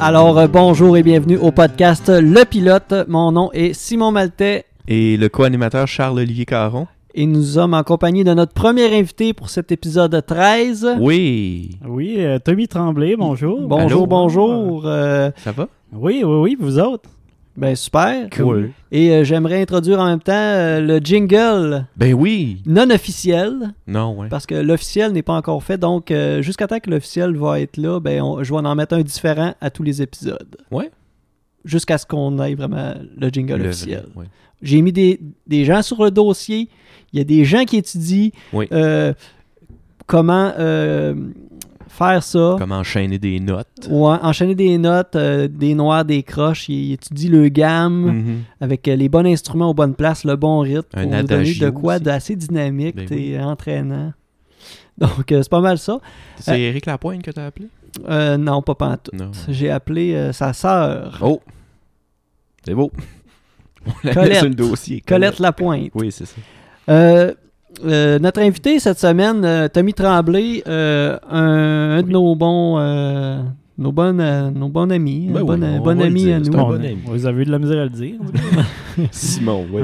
Alors, euh, bonjour et bienvenue au podcast Le Pilote. Mon nom est Simon Maltais Et le co-animateur Charles-Olivier Caron. et nous sommes en compagnie de notre premier invité pour cet épisode 13. Oui, Oui, euh, Tommy Tremblay, bonjour. Ah. Bonjour, Oh, Allô? bonjour. Euh, ça va? Oui, oui, oui, vous autres. ben, super. Cool. Et euh, j'aimerais introduire en même temps euh, le jingle Ben oui. non officiel, Non, ouais. parce que l'officiel n'est pas encore fait. Donc, euh, jusqu'à temps que l'officiel va être là, ben, on- je vais en mettre un différent à tous les épisodes. Ouais. Jusqu'à ce qu'on aille vraiment le jingle Le officiel. vrai, ouais. J'ai mis des, des gens sur le dossier. Il y a des gens qui étudient Oui. euh, comment euh, faire ça. Comme enchaîner des notes. Ouais, enchaîner des notes, euh, des noirs, des croches. Ils étudient le gamme Mhm. avec euh, les bons instruments aux bonnes places, le bon rythme Un pour nous donner adagio de quoi aussi. d'assez dynamique Ben et entraînant. Donc, euh, c'est pas mal ça. C'est Éric Lapointe que t'as appelé? Euh, non, pas pantoute. Non. J'ai appelé euh, sa sœur, Oh! C'est beau. On la Colette. met sur le dossier. Colette Lapointe. Oui, c'est ça. Euh, euh, notre invité cette semaine, euh, Tommy Tremblay, euh, un, un de Oui. nos bons, euh, nos bonnes, euh, nos bons amis, Ben un oui, bon, on bon va le ami dire, à c'est nous, un un, Bon, bon ami. Vous avez eu de la misère à le dire. en tout cas. Simon, oui.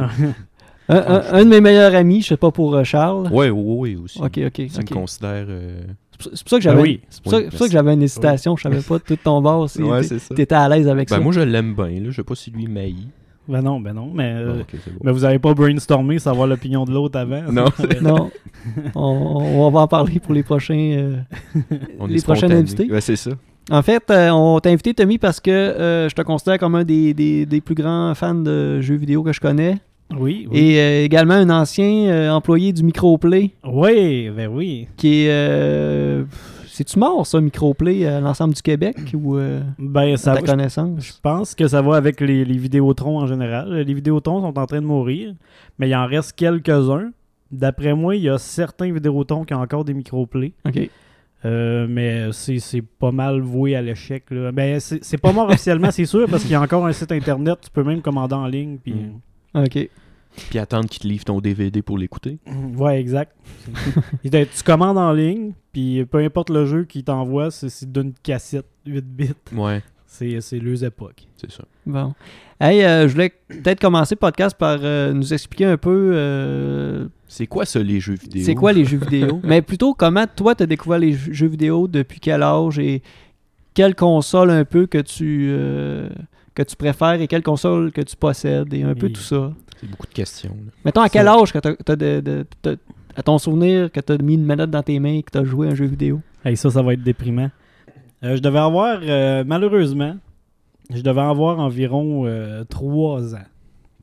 un- un de mes meilleurs amis, je sais pas pour euh, Charles. Oui, oui, oui, aussi. Ok, ok, Tu ok. me considères... euh, C'est pour- c'est pour ça que j'avais, Ah oui. c'est pour ça- Oui, c'est pour ça merci. que j'avais une hésitation, je savais pas tout ton bord si Ouais, t'é- c'est ça. t'étais à l'aise avec Ben ça. moi, je l'aime bien. là. Je sais pas si lui m'haït. ben non, ben non, mais, euh, Bon, ok, c'est bon. mais vous n'avez pas brainstormé, savoir l'opinion de l'autre avant. Non. Non, on, on- on va en parler pour les prochains. euh, On les est prochains spontané. invités. Ben, c'est ça. En fait, euh, on t'a invité Tommy parce que euh, je te considère comme un des, des- des plus grands fans de jeux vidéo que je connais. Oui, oui. Et euh, également un ancien euh, employé du Microplay Oui, ben oui. qui est. euh, pff, C'est-tu mort ça, Microplay, euh, à l'ensemble du Québec ou euh, Ben à ça ta va. Je connaissance pense que ça va avec les, les Vidéotrons en général. Les Vidéotrons sont en train de mourir, mais il en reste quelques-uns. D'après moi, il y a certains Vidéotrons qui ont encore des microplays. Ok. Euh, mais c'est c'est pas mal voué à l'échec. là. Ben, c'est c'est pas mort officiellement, c'est sûr, parce qu'il y a encore un site internet, tu peux même commander en ligne. Puis... Mm. Ok. Puis attendre qu'il te livre ton DVD pour l'écouter. Ouais, exact. Et t'as- tu commandes en ligne, puis peu importe le jeu qui t'envoie, c'est c'est d'une cassette 8 bits. Ouais, C'est c'est leurs époques. c'est ça. Bon. Hey, euh, je voulais peut-être commencer le podcast par euh, nous expliquer un peu euh, C'est quoi ça, les jeux vidéo? c'est quoi les jeux vidéo. Mais plutôt, comment toi t'as découvert les jeux jeux vidéo, depuis quel âge et quelle console un peu que tu, euh, que tu préfères et quelle console que tu possèdes et un peu Et- tout ça. C'est beaucoup de questions. là. Mettons, à Ça- quel âge que t'as, t'as de- de- t'as- à ton souvenir que t'as mis une manette dans tes mains et que t'as joué à un jeu vidéo? Hey, ça, ça va être déprimant. Euh, je devais avoir, euh, malheureusement, je devais avoir environ 3 ans.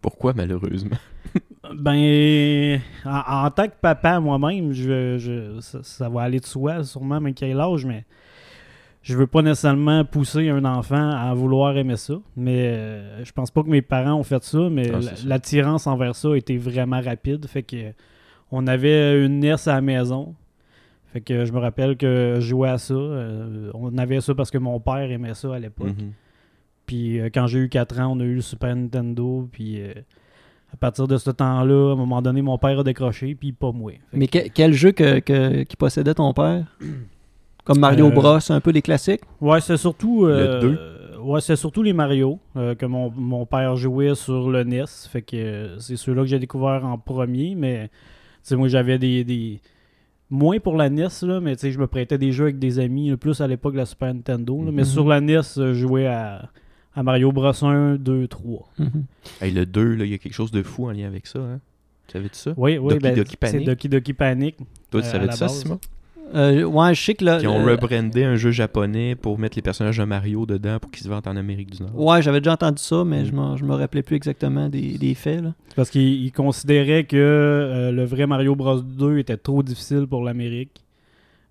Pourquoi, malheureusement? Ben, en, en tant que papa moi-même, je, je- ça, ça va aller de soi, sûrement, mais quel âge, mais je veux pas nécessairement pousser un enfant à vouloir aimer ça. Mais euh, je pense pas que mes parents ont fait ça, mais Ah, la- c'est ça. l'attirance envers ça était vraiment rapide. Fait que on avait une NES à la maison. Fait que je me rappelle que je jouais à ça. Euh, on avait ça parce que mon père aimait ça à l'époque. Mhm. Puis euh, quand j'ai eu 4 ans, on a eu le Super Nintendo. Puis euh, à partir de ce temps-là, à un moment donné, mon père a décroché, puis pas moi. Fait Mais que- que- quel jeu que, que- qui possédait ton père? Comme Mario Euh, Bros, un peu les classiques? Ouais, c'est surtout... euh, deux. euh, Ouais, c'est surtout les Mario euh, que mon, mon père jouait sur le NES. Fait que euh, c'est ceux-là que j'ai découvert en premier, mais... Tu sais, moi, j'avais des... des- Moins pour la NES, là, mais tu sais, je me prêtais des jeux avec des amis, là, plus à l'époque la Super Nintendo. là, Mhm. Mais sur la NES, euh, je jouais à, à Mario Bros 1, 2, 3. Mhm. Hey, le 2, il y a quelque chose de fou en lien avec ça. Hein? Tu savais-tu ça? Oui, oui, Doki ben, Doki c'est Panic. Doki Doki Panic. Toi, tu Euh, à savais-tu la ça, base. Simon? Euh, ouais, je sais que là... Qui ont euh, rebrandé un jeu japonais pour mettre les personnages de Mario dedans pour qu'ils se vendent en Amérique du Nord. ouais, j'avais déjà entendu ça, mais je m'en- je me rappelais plus exactement des, des faits. là. Parce qu'il il considérait que euh, le vrai Mario Bros 2 était trop difficile pour l'Amérique.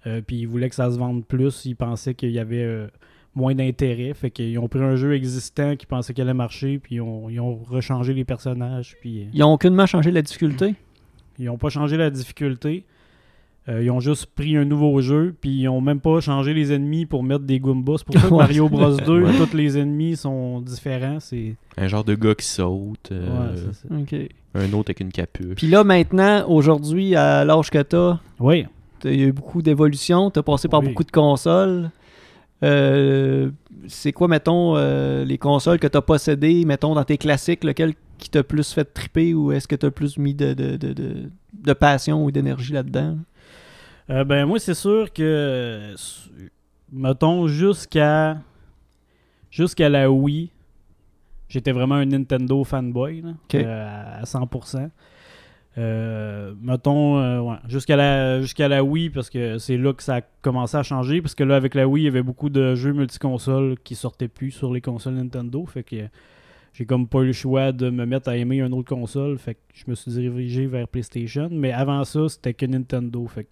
Euh, puis il voulait que ça se vende plus. Il pensait qu'il y avait euh, moins d'intérêt. Fait qu'ils ont pris un jeu existant qu'ils pensaient qu'il allait marcher. Puis ils ont, ils ont rechangé les personnages. Puis euh, Ils ont aucunement changé la difficulté. ils ont pas changé la difficulté. Euh, ils ont juste pris un nouveau jeu. Puis ils ont même pas changé les ennemis pour mettre des Goombas. C'est pour ça que Ouais. Mario Bros 2, Ouais. tous les ennemis sont différents. C'est. Un genre de gars qui saute, euh, ouais, c'est ça. OK. un autre avec une capuche. Puis là, maintenant, aujourd'hui, à l'âge que t'as, Oui. t'as- il y a eu beaucoup d'évolution, t'as passé par Oui. beaucoup de consoles. Euh, c'est quoi, mettons, euh, les consoles que tu as possédées, mettons, dans tes classiques, lequel qui t'a plus fait triper ou est-ce que t'as plus mis de, de, de, de, de passion ou d'énergie là-dedans? Euh, ben moi c'est sûr que s- mettons jusqu'à jusqu'à la Wii, j'étais vraiment un Nintendo fanboy là, Ok. euh, à 100%. Euh, mettons euh, ouais, jusqu'à la jusqu'à la Wii parce que c'est là que ça a commencé à changer parce que là avec la Wii il y avait beaucoup de jeux multiconsoles qui sortaient plus sur les consoles Nintendo fait que j'ai comme pas eu le choix de me mettre à aimer une autre console fait que je me suis dirigé vers PlayStation mais avant ça c'était que Nintendo fait que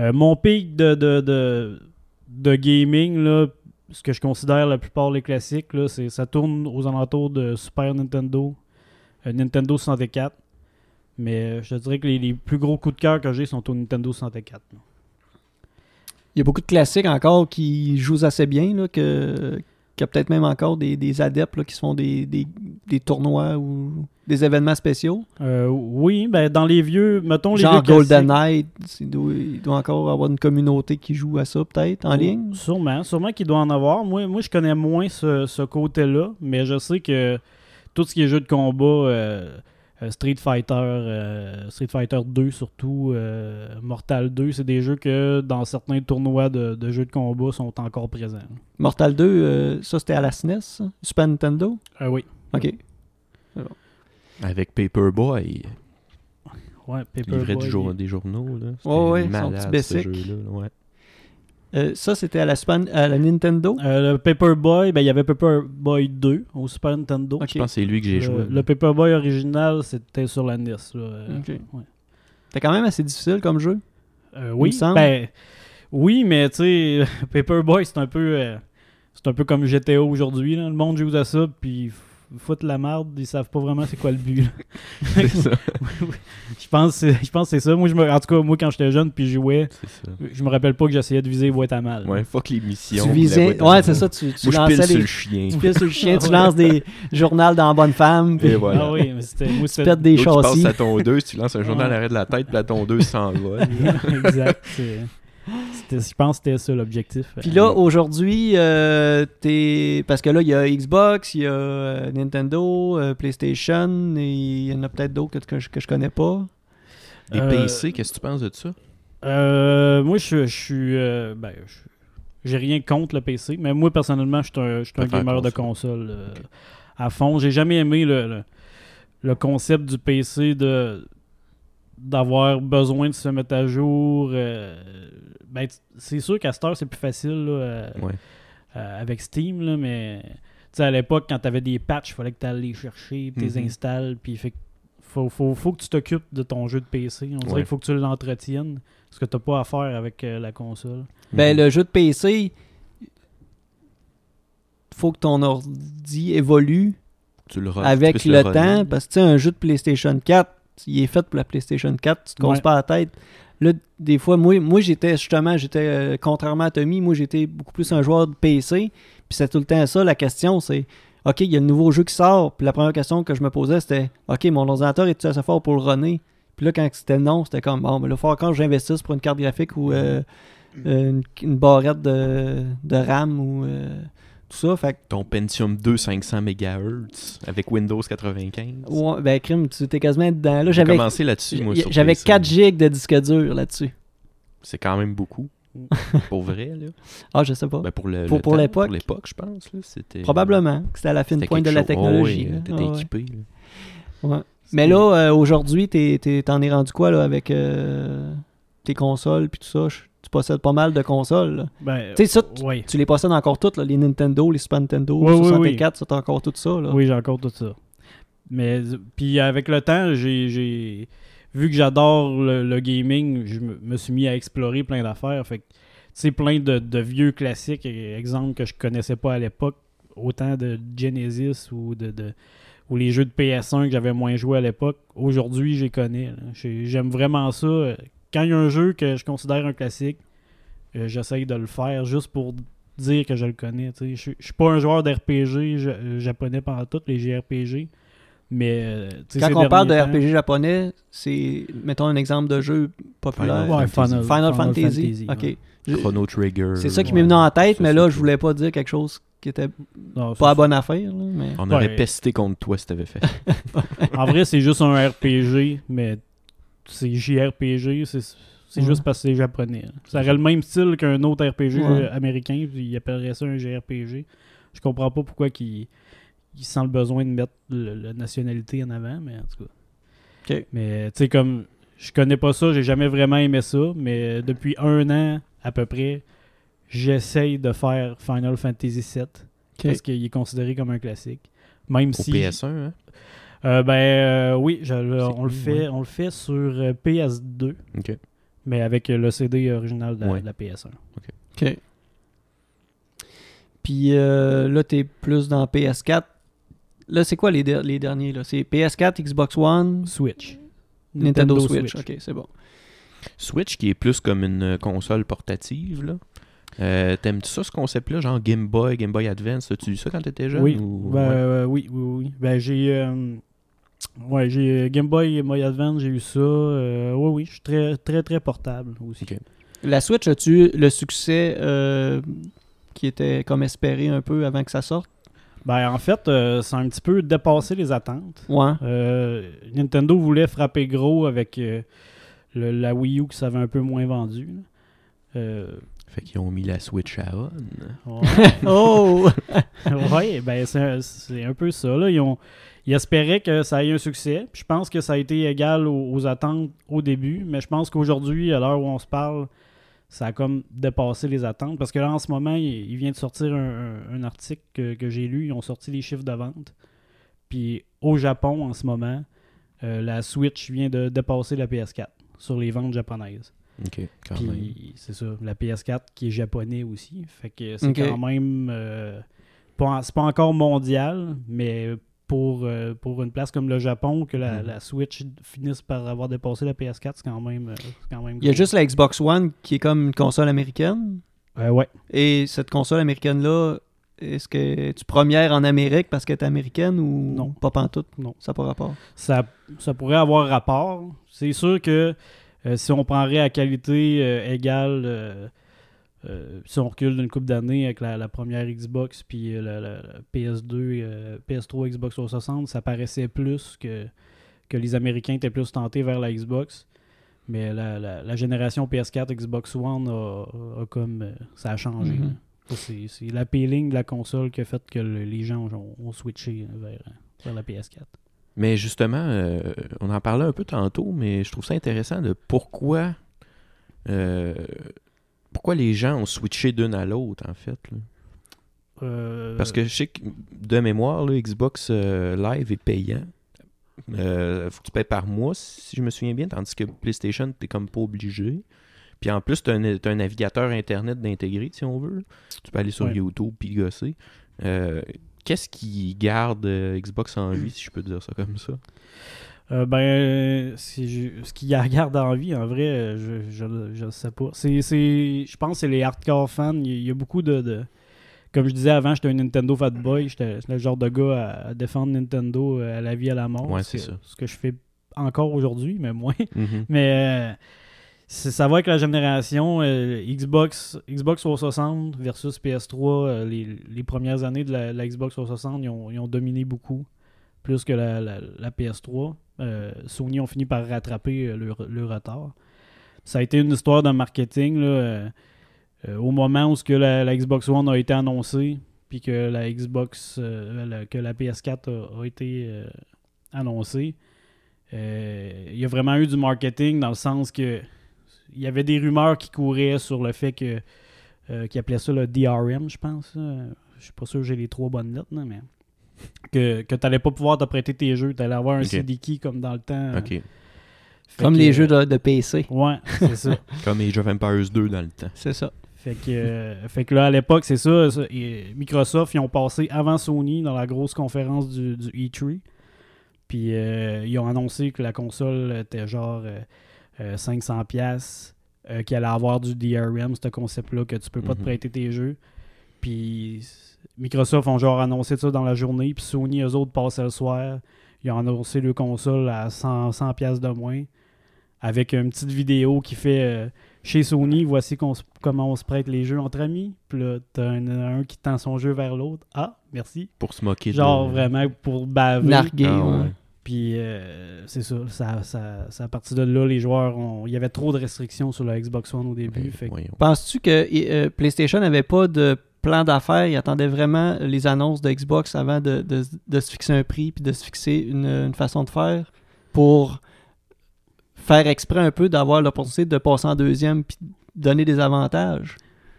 euh, mon pic de, de, de, de gaming, là, ce que je considère la plupart des classiques, là, c'est, ça tourne aux alentours de Super Nintendo, euh, Nintendo 64. Mais euh, je te dirais que les, les plus gros coups de cœur que j'ai sont au Nintendo 64. là. Il y a beaucoup de classiques encore qui jouent assez bien, là, que, qu'il y a peut-être même encore des, des adeptes là, qui se font des, des- des tournois ou des événements spéciaux. Euh, oui, ben, dans les vieux, mettons les Genre vieux Golden classiques. Knight, il doit, il doit encore avoir une communauté qui joue à ça peut-être Oh, en ligne. Sûrement, sûrement qu'il doit en avoir. Moi, moi je connais moins ce, ce côté-là, mais je sais que tout ce qui est jeu de combat, euh, euh, Street Fighter, euh, Street Fighter 2 surtout, euh, Mortal 2, c'est des jeux que dans certains tournois de, de jeux de combat sont encore présents. Mortal 2, euh, ça c'était à la SNES, ça? Super Nintendo. Ah oui. Ok. Avec Paperboy. Ouais, Il livrait Paperboy. du jour- des journaux. Là. C'était Ouais, ouais, son malade, petit ce Bessic. jeu-là. là, ouais. Euh, ça c'était à la, Super- à la Nintendo. Euh, le Paperboy, ben, il y avait Paperboy 2 au Super Nintendo. Ok. Je pense que c'est lui que j'ai joué. Le, le Paperboy original, c'était sur la NES. là. Euh, Ok. ouais. C'était quand même assez difficile comme jeu. Euh, Il me oui, semble. ben, oui, mais tu sais, Paperboy, c'est un peu euh, c'est un peu comme GTA aujourd'hui. là. Le monde joue à ça, puis f- foutent la merde, ils savent pas vraiment c'est quoi le but. là. c'est ça. je pense que c'est- je pense que c'est ça. Moi, je me, en tout cas, moi, quand j'étais jeune, puis je jouais, C'est ça. je me rappelle pas que j'essayais de viser boîte à mal. Ouais, fuck les missions. tu la visais. boîte à Ouais, c'est mal. ça, tu, tu Moi, je pile lançais sur les. le chien. Tu piles sur le chien, tu Ouais. lances des journaux dans Bonne Femme, puis Et voilà. Ah oui, mais c'était. Moi, tu c'était. pètes des L'autre, tu passes châssis. à ton 2, tu lances un journal à l'arrêt de la tête, puis là, ton 2 s'envole. exact. c'est- c'était- Je pense que c'était ça l'objectif. Puis là, aujourd'hui, euh, t'es. Parce que là, il y a Xbox, il y a euh, Nintendo, euh, PlayStation, et il y en a peut-être d'autres que, que je- que je connais pas. Des Euh, PC, qu'est-ce que tu penses de ça? Euh, moi, je, je suis. euh, ben, je- j'ai rien contre le PC, mais moi, personnellement, je suis un, je suis un Préfère gamer de console euh, à fond. J'ai jamais aimé le, le, le concept du PC de d'avoir besoin de se mettre à jour. euh, ben, t- c'est sûr qu'à cette heure, c'est plus facile là, euh, Ouais. euh, avec Steam, là, mais tu sais, à l'époque, quand tu avais des patchs, il fallait que tu allais les chercher, tu les Mhm. installes, puis fait que faut, faut, faut que tu t'occupes de ton jeu de PC. On dirait Ouais. qu'il faut que tu l'entretiennes, ce que tu n'as pas à faire avec euh, la console. Ben, Mhm. Mm. le jeu de PC, faut que ton ordi évolue Tu le avec le, temps. Parce que, tu sais, un jeu de PlayStation 4, il est fait pour la PlayStation 4, tu te causes Ouais. pas la tête. Là, des fois, moi, moi j'étais justement, j'étais, euh, contrairement à Tommy, moi, j'étais beaucoup plus un joueur de PC. Puis c'est tout le temps ça, la question, c'est, OK, il y a le nouveau jeu qui sort. Puis la première question que je me posais, c'était, OK, mon ordinateur est-tu assez fort pour le runner? Puis là, quand c'était non, c'était comme, bon, mais là, il faut quand j'investisse pour une carte graphique ou euh, euh, une, une barrette de, de RAM ou euh, tout ça. Fait que Ton Pentium 2 500 MHz avec Windows 95. Ouais, ben crime, tu t'es quasiment dedans. Là, J'ai j'avais commencé là-dessus, moi, sur j'avais PC. 4 gigs de disque dur là-dessus. C'est quand même beaucoup. pour vrai, là. Ah, je sais pas. Ben, pour le- Pour- le pour temps, l'époque. Pour l'époque, je pense. là, c'était- euh, Probablement que c'était à la fine c'était pointe de quelque la chose. Oh, technologie. ouais, là. t'étais Ah, ouais. équipé. là. Mais là, euh, aujourd'hui, t'es- t'es- t'en es rendu quoi là, avec euh, tes consoles puis tout ça? Je- tu possèdes pas mal de consoles. là. Ben, Tu sais, ça, euh, ouais. Tu les possèdes encore toutes, là, les Nintendo, les Super Nintendo, Ouais, ouais, 64, ça, t'as encore tout ça. Là. Oui, j'ai encore tout ça. Mais euh, puis avec le temps, j'ai j'ai- vu que j'adore le, le gaming, je me me suis mis à explorer plein d'affaires. Fait que, tu sais, plein de, de vieux classiques, et exemples que je connaissais pas à l'époque, autant de Genesis ou de, de- ou les jeux de PS1 que j'avais moins joué à l'époque. Aujourd'hui, j'y connais. là. J'ai- J'aime vraiment ça. Quand il y a un jeu que je considère un classique, euh, j'essaye de le faire juste pour dire euh, que je le connais. tu sais. Je suis- je suis pas un joueur d'RPG japonais pendant tout, les JRPG. Mais euh, tu sais, ces Quand on parle de derniers temps- RPG japonais, c'est, mettons un exemple de jeu populaire. RPG, Ouais, Final, Final, Fantasy. Ok. ouais. Je- Chrono Trigger. C'est ça qui ouais. m'est venu en tête, Ça, mais c'est là, tout. je voulais pas dire quelque chose qui était Non, ça, pas à bonne affaire. là, mais... On Ouais. aurait pesté contre toi si t'avais fait. c'est- En vrai, c'est juste un RPG, mais c'est JRPG, c'est c'est Ouais. juste parce que c'est japonais. hein. Ça aurait le même style qu'un autre RPG Ouais. américain, puis ils appelleraient ça un JRPG. Je comprends pas pourquoi ils il sentent le besoin de mettre le- la nationalité en avant, mais en tout cas. Ok. Mais tu sais, comme je connais pas ça, j'ai jamais vraiment aimé ça, mais depuis un an à peu près, j'essaye de faire Final Fantasy VII parce qu'il est considéré comme un classique. Même Au si. PS1, hein? Euh, ben euh, oui, je- euh, C'est on, le où, fait, on le fait sur euh, PS2, Ok. mais avec euh, le CD original de, la- Ouais. de la PS1. OK. Puis euh, là, t'es plus dans PS4. Là, c'est quoi les, der- les derniers? là? C'est PS4, Xbox One, Switch. Nintendo, Switch. OK, c'est bon. Switch qui est plus comme une euh, console portative, là. Euh, T'aimes-tu ça, ce concept-là? Genre Game Boy, Game Boy Advance, as-tu eu ça quand t'étais jeune? Oui. ou- Ben, Ouais. euh, oui, oui, oui. Ben j'ai. euh, ouais, j'ai euh, Game Boy et Boy Advance, j'ai eu ça. Euh, oui, oui, je suis très, très, très portable aussi. Ok. La Switch, as-tu eu le succès euh, qui était comme espéré un peu avant que ça sorte? Ben en fait, euh, ça a un petit peu dépassé les attentes. Ouais. Euh, Nintendo voulait frapper gros avec euh, le- la Wii U qui s'avait un peu moins vendue. là. Euh, Fait qu'ils ont mis la Switch à on. ouais. oh! oui, ben c'est un, c'est un peu ça. Là. Ils, ont, ils espéraient que ça ait un succès. Puis je pense que ça a été égal aux, aux attentes au début. Mais je pense qu'aujourd'hui, à l'heure où on se parle, ça a comme dépassé les attentes. Parce que là, en ce moment, il, il vient de sortir un, un- un article que, que j'ai lu. Ils ont sorti les chiffres de vente. Puis au Japon, en ce moment, euh, la Switch vient de dépasser la PS4 sur les ventes japonaises. Ok, quand même. Puis c'est ça, la PS4 qui est japonais aussi. Fait que c'est Ok. quand même. euh, pas en- c'est pas encore mondial, mais pour, euh, pour une place comme le Japon, que la, Mhm. la Switch finisse par avoir dépassé la PS4, c'est quand même. euh, c'est quand même Il y a gros. juste la Xbox One qui est comme une console américaine. Euh, ouais. Et cette console américaine-là, est-ce que tu première en Amérique parce qu'elle est américaine ou Non. pas pantoute? Non. Ça n'a pas rapport. ça, ça pourrait avoir rapport. C'est sûr que euh, si on prendrait à qualité euh, égale, euh, euh, si on recule d'une coupe d'années avec la, la première Xbox puis euh, la, la- la PS2, euh, PS3, Xbox 360, ça paraissait plus que, que les Américains étaient plus tentés vers la Xbox. Mais la, la- la génération PS4, Xbox One a, a comme euh, ça a changé. Mhm. là. Ça, C'est c'est l'appealing de la console qui a fait que le- les gens ont, ont switché vers, vers la PS4. Mais justement, euh, on en parlait un peu tantôt, mais je trouve ça intéressant de pourquoi. euh, pourquoi les gens ont switché d'une à l'autre, en fait. là. Euh, Parce que je sais que de mémoire, là, Xbox euh, Live est payant. Euh, faut que tu payes par mois, si je me souviens bien, tandis que PlayStation, t'es comme pas obligé. Puis en plus, t'as un, t'as un navigateur internet d'intégré, si on veut. Tu peux aller sur Ouais. YouTube puis gosser. Euh, Qu'est-ce qui garde euh, Xbox en vie, si je peux dire ça comme ça? Euh, ben, si je- ce qui la garde en vie, en vrai, euh, je, je, je sais pas. C'est, c'est, je pense que c'est les hardcore fans. Il y, il y a beaucoup de, de- Comme je disais avant, j'étais un Nintendo fanboy. J'étais j'étais le genre de gars à, à défendre Nintendo euh, à la vie, à la mort. Ouais, ce c'est que- ça. Ce que je fais encore aujourd'hui, mais moins. Mais euh, c'est- ça va avec la génération euh, Xbox, Xbox 360 versus PS3. euh, les, les premières années de la, la Xbox 360, ils ont, ils ont dominé beaucoup, plus que la, la- la PS3. Euh, Sony ont fini par rattraper euh, le, re- le retard. Ça a été une histoire de marketing. là, euh, euh, au moment où ce que la, la Xbox One a été annoncée, puis que la Xbox, euh, la- que la PS4 a, a été euh, annoncée, euh, il y a vraiment eu du marketing dans le sens que il y avait des rumeurs qui couraient sur le fait que euh, qu'ils appelaient ça le DRM, je pense. euh, Je suis pas sûr que j'ai les trois bonnes lettres, là, mais que, que tu n'allais pas pouvoir t'apprêter tes jeux, tu allais avoir un Ok. CD key comme dans le temps. euh, Ok. Fait Comme que- les jeux de, de PC. Ouais, c'est ça. Comme Age of Empires 2 dans le temps. C'est ça. Fait que, euh, fait que là, à l'époque, c'est ça. ça, et Microsoft, ils ont passé avant Sony dans la grosse conférence du, du E3. Puis euh, ils ont annoncé que la console était genre euh, euh, 500$, piastres, euh, qu'elle allait avoir du DRM, ce concept-là, que tu peux pas te Mhm. prêter tes jeux. Puis Microsoft ont genre annoncé ça dans la journée, puis Sony, eux autres, passaient le soir. Ils ont annoncé le console à 100, 100 pièces de moins. Avec une petite vidéo qui fait euh, chez Sony, voici qu'on se- comment on se prête les jeux entre amis. Puis là, t'as un, un qui tend son jeu vers l'autre. Ah, merci. Pour se moquer de- Genre vraiment pour baver. Nargué, Ah, ouais. ouais. Puis euh, c'est ça, ça, ça, ça, à partir de là, les joueurs, ont- il y avait trop de restrictions sur la Xbox One au début. Ben, fait que- voyons. Penses-tu que euh, PlayStation n'avait pas de plan d'affaires, ils attendaient vraiment les annonces de Xbox avant de, de- de se fixer un prix puis de se fixer une, une façon de faire pour faire exprès un peu d'avoir l'opportunité de passer en deuxième puis donner des avantages.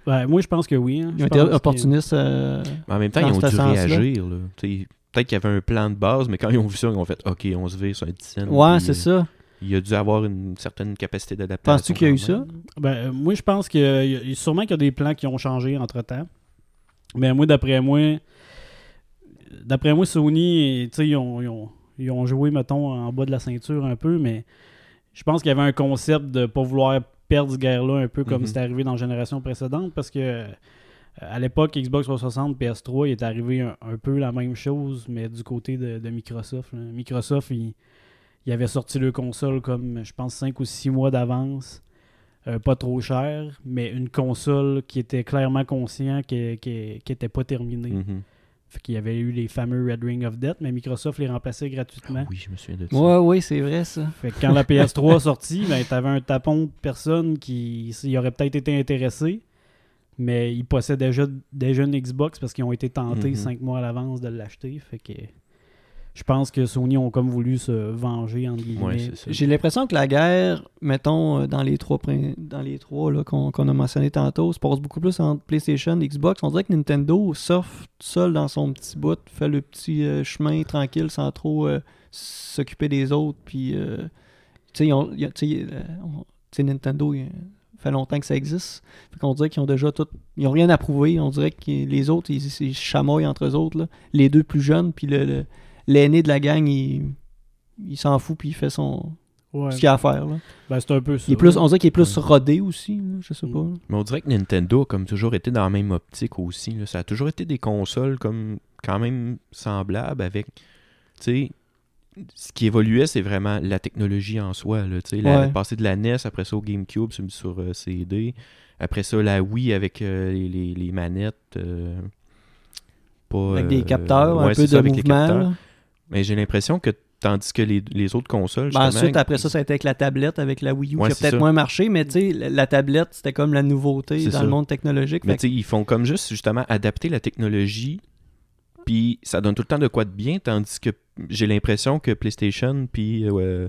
Ouais, moi, je pense que oui. hein. Ils Je ont été pense que- opportunistes. euh, Mais en même temps, Dans ils ont ce dû sens-là. réagir. là. Tu sais, Peut-être qu'il y avait un plan de base, mais quand ils ont vu ça, ils ont fait OK, on se vire sur un 10 cents, Ouais, puis, c'est euh, ça. Il a dû avoir une certaine capacité d'adaptation. Penses-tu qu'il y a eu quand même. ça? Ben, euh, moi, je pense que euh, y a- sûrement qu'il y a des plans qui ont changé entre temps. Mais moi, d'après moi, d'après moi, Sony, tu sais, ils ont, ils ont- ils ont joué, mettons, en bas de la ceinture un peu, mais je pense qu'il y avait un concept de pas vouloir perdre cette guerre-là un peu comme Mhm. c'était arrivé dans la génération précédente parce que euh, à l'époque, Xbox 360, PS3, il est arrivé un, un peu la même chose, mais du côté de, de Microsoft. là. Microsoft, il, il avait sorti le console comme, je pense, 5 ou 6 mois d'avance. Euh, pas trop cher, mais une console qui était clairement conscient qu'elle n'était pas terminée. Mhm. Fait qu'il y avait eu les fameux Red Ring of Death, mais Microsoft les remplaçait gratuitement. Ah Oui, je me souviens de ça. Ouais, oui, c'est vrai ça. Fait que quand la PS3 est sortie, ben, t'avais un tapon de personnes qui y aurait peut-être été intéressé, mais ils possédaient déjà, déjà une Xbox parce qu'ils ont été tentés Mhm. cinq mois à l'avance de l'acheter. Fait que je pense que Sony ont comme voulu se venger, entre guillemets. Ouais, c'est ça. J'ai l'impression que la guerre, mettons, euh, dans les trois, prin- dans les trois là, qu'on, qu'on a mentionné tantôt, se passe beaucoup plus entre PlayStation et Xbox. On dirait que Nintendo surfe tout seul dans son petit bout, fait le petit euh, chemin tranquille sans trop euh, s'occuper des autres. Puis, euh, tu sais, ils ont- ils ont- tu sais, euh, on- tu sais, Nintendo, il fait longtemps que ça existe. Fait qu'on dirait qu'ils ont déjà tout. Ils ont rien à prouver. On dirait que les autres, ils, ils se chamoillent entre eux autres. là. Les deux plus jeunes, puis le, le- l'aîné de la gang, il, il s'en fout, puis il fait son Ouais. ce qu'il y a à faire. Là. Ben, c'est un peu ça. Il est plus, on dirait qu'il est plus Ouais. rodé aussi, là, je sais Mm. pas. Mais on dirait que Nintendo a comme toujours été dans la même optique aussi. là. Ça a toujours été des consoles comme quand même semblables avec, tu sais, ce qui évoluait, c'est vraiment la technologie en soi. Là, tu sais, la, Ouais. Passer de la NES, après ça au GameCube sur, sur, euh, CD, après ça la Wii avec euh, les, les- les manettes. euh, pas, Avec euh, des capteurs, ouais, un c'est peu ça, de avec les mouvement. capteurs. là. Ben, Mais j'ai l'impression que tandis que les, les autres consoles, Ben, ensuite, justement, après ça, ça a été avec la tablette, avec la Wii U, Ouais, qui a c'est peut-être ça. moins marché, mais tu sais, la, la tablette, c'était comme la nouveauté C'est dans ça. le monde technologique. Mais fait tu sais, ils font comme juste, justement, adapter la technologie, puis ça donne tout le temps de quoi de bien, tandis que j'ai l'impression que PlayStation puis euh,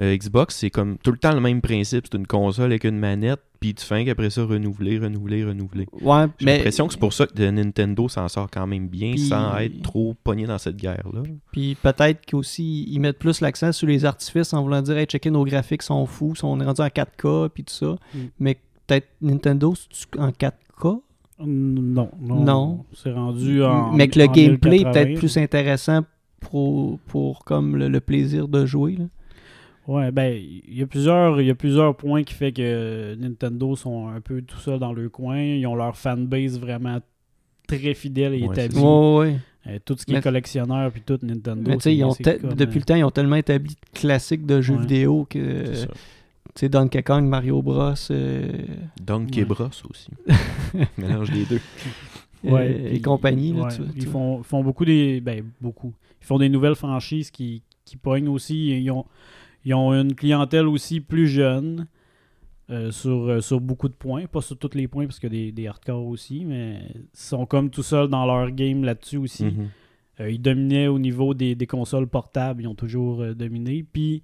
euh, Xbox, c'est comme tout le temps le même principe. C'est une console avec une manette, puis tu fais qu'après ça, renouveler, renouveler, renouveler. que- ouais, J'ai mais- l'impression que c'est pour ça que Nintendo s'en sort quand même bien, Puis- sans être trop pogné dans cette guerre-là. Puis peut-être qu'aussi, ils mettent plus l'accent sur les artifices en voulant dire, hey, checker nos graphiques sont fous, sont rendus en 4K, puis tout ça. Mm. Mais peut-être Nintendo, c'est-tu en 4K? Non, non. Non. C'est rendu en. mais que le en gameplay est 1080. peut-être plus intéressant pour, pour comme le, le plaisir de jouer. là. Ouais, ben, il y a plusieurs il y a plusieurs points qui fait que Nintendo sont un peu tout seuls dans leur coin, ils ont leur fanbase vraiment très fidèle et Ouais, c'est établie. ça. Ouais, ouais. Euh, tout ce qui Mais- est collectionneur puis tout Nintendo. Mais tu sais, ils ont te- euh, depuis le temps, ils ont tellement établi de classiques de jeux Ouais. vidéo que C'est euh, ça. tu sais Donkey Kong, Mario Bros, euh, Donkey ouais. Bros aussi. Mélange des deux. euh, et compagnie. là, tu- ils tu- font, font beaucoup des ben beaucoup. Ils font des nouvelles franchises qui qui pognent aussi, ils ont ils ont une clientèle aussi plus jeune. euh, sur, euh, sur beaucoup de points, pas sur tous les points parce qu'il y a des, des hardcore aussi, mais ils sont comme tout seuls dans leur game là-dessus aussi. Mhm. Euh, ils dominaient au niveau des, des consoles portables, ils ont toujours euh, dominé. Puis,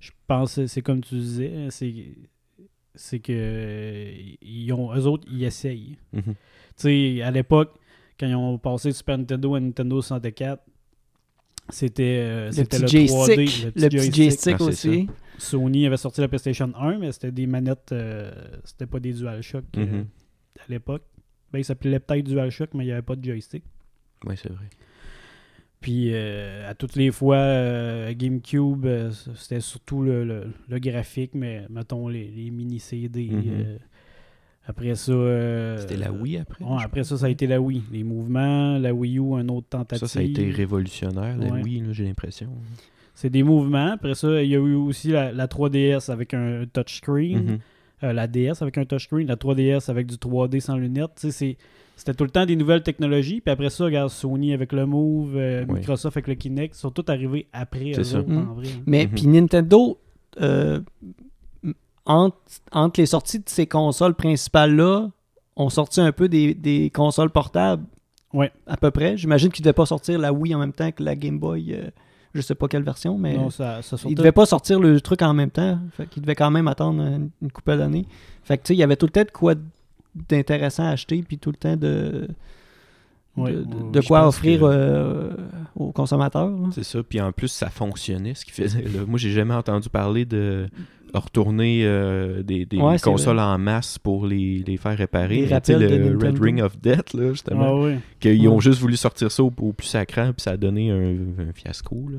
je pense que c'est comme tu disais, hein, c'est c'est que euh, ils ont, eux autres, ils essayent. Mhm. Tu sais, à l'époque, quand ils ont passé de Super Nintendo à Nintendo 64, c'était euh, le c'était petit le, 3D, joystick, le petit joystick Ah, c'est aussi. Sony avait sorti la PlayStation 1, mais c'était des manettes, euh, c'était pas des DualShock euh, Mhm. à l'époque. Ben, il s'appelait peut-être DualShock, mais il n'y avait pas de joystick. Ouais, c'est vrai. Puis euh, à toutes les fois, euh, GameCube, euh, c'était surtout le, le- le graphique, mais mettons les, les mini-CD. Mhm. euh, après ça. euh, C'était la Wii après. ouais, je après ça, ça a été la Wii. Les mouvements, la Wii U, un autre Ça, tentative. ça a été révolutionnaire, la Ouais. Wii, là, j'ai l'impression. C'est des mouvements. Après ça, il y a eu aussi la, la 3DS avec un touchscreen. Mhm. Euh, la DS avec un touchscreen, la 3DS avec du 3D sans lunettes. Tu sais, c'est- C'était tout le temps des nouvelles technologies. Puis après ça, regarde, Sony avec le Move, euh, Oui. Microsoft avec le Kinect, sont toutes arrivés après. C'est eux ça. autres, Mm. en vrai, hein. Mais Mhm. puis Nintendo, euh, m- entre, entre les sorties de ces consoles principales-là, ont sorti un peu des, des consoles portables. Ouais. À peu près. J'imagine qu'ils ne devaient pas sortir la Wii en même temps que la Game Boy, euh, je sais pas quelle version, mais Non, ça, ça ils ne sortait- devaient pas sortir le truc en même temps. Fait qu'ils devaient quand même attendre une, une couple d'années. Fait que tu sais, il y avait tout le temps de quoi d'intéressant à acheter, puis tout le temps de, de, Ouais, de- ouais, de je quoi pense offrir que- euh, aux consommateurs. là. C'est ça. Puis en plus, ça fonctionnait ce qu'il faisait. là. Moi, j'ai jamais entendu parler de retourner euh, des, des Ouais, c'est consoles en masse pour les, les faire réparer. Des Mais tu sais, rappels de le Red Nintendo. Ring of Death, là, justement. Ah oui. Qu'ils ont Ouais. juste voulu sortir ça au, au plus sacrant, puis ça a donné un, un fiasco. Là.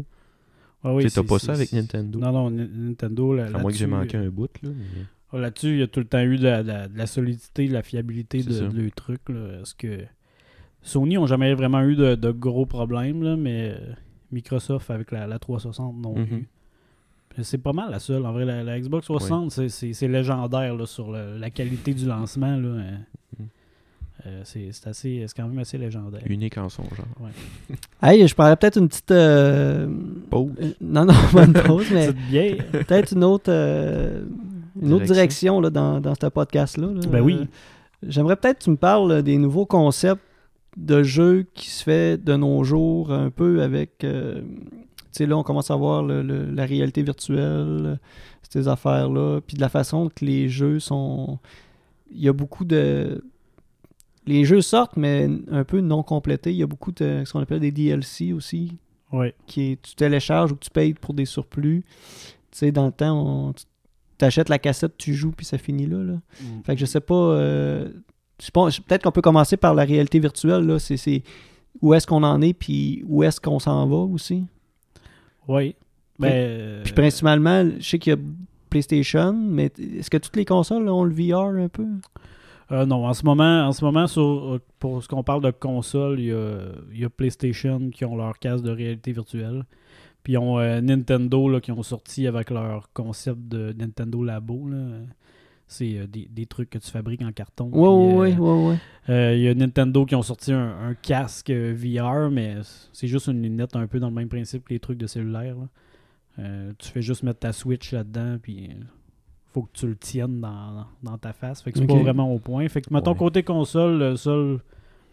Ah oui, Tu sais, t'as c'est- pas c'est- ça avec c'est- Nintendo. Non, non, Ni- Nintendo, là- à moins que j'ai là-dessus, manqué un bout. Là, mais- euh, Là-dessus, il y a tout le temps eu de la, de la- de la solidité, de la fiabilité C'est de, ça. de leur truc. là. Est-ce que... Sony n'ont jamais vraiment eu de, de gros problèmes, là, mais euh, Microsoft avec la, la 360 non Mhm. plus. Puis C'est pas mal la seule. En vrai, la, la Xbox 360, c'est- c'est c'est légendaire là, sur le- la qualité du lancement. là. Euh, Mhm. euh, c'est c'est assez- c'est quand même assez légendaire. Unique en son genre. Hey, je prendrais peut-être une petite. euh, Pause. euh, non, non, pas une pause, mais Petite bière. peut-être une autre, euh, une autre direction là, dans, dans ce podcast-là. là. Ben oui. Euh, J'aimerais peut-être que tu me parles des nouveaux concepts de jeux qui se fait de nos jours un peu avec. euh, tu sais, là, on commence à voir le- le- la réalité virtuelle, ces affaires-là, puis de la façon que les jeux sont. Il y a beaucoup de. Les jeux sortent, mais un peu non complétés. Il y a beaucoup de ce qu'on appelle des DLC aussi, Ouais. qui est- tu télécharges ou que tu payes pour des surplus. Tu sais, dans le temps, on, tu achètes la cassette, tu joues, puis ça finit là. là. Mm. Fait que je sais pas. euh, je pense- Peut-être qu'on peut commencer par la réalité virtuelle. Là. C'est, c'est où est-ce qu'on en est, puis où est-ce qu'on s'en va aussi. Ouais. Ben, Puis euh, principalement, je sais qu'il y a PlayStation, mais t- est-ce que toutes les consoles ont le VR un peu Euh, non, en ce moment, en ce moment sur, euh, pour ce qu'on parle de console, il y a, il y a PlayStation qui ont leur casque de réalité virtuelle. Puis ils ont euh, Nintendo là, qui ont sorti avec leur concept de Nintendo Labo. là. C'est euh, des, des trucs que tu fabriques en carton. Ouais, ouais, Puis, ouais, euh, ouais, ouais. euh, Il y a Nintendo qui ont sorti un, un casque euh, VR, mais c'est juste une lunette un peu dans le même principe que les trucs de cellulaire. là. Euh, tu fais juste mettre ta Switch là-dedans, puis euh, faut que tu le tiennes dans, dans ta face. Fait que c'est Ok. pas vraiment au point. Fait que, mettons, Ouais. côté console, le seul,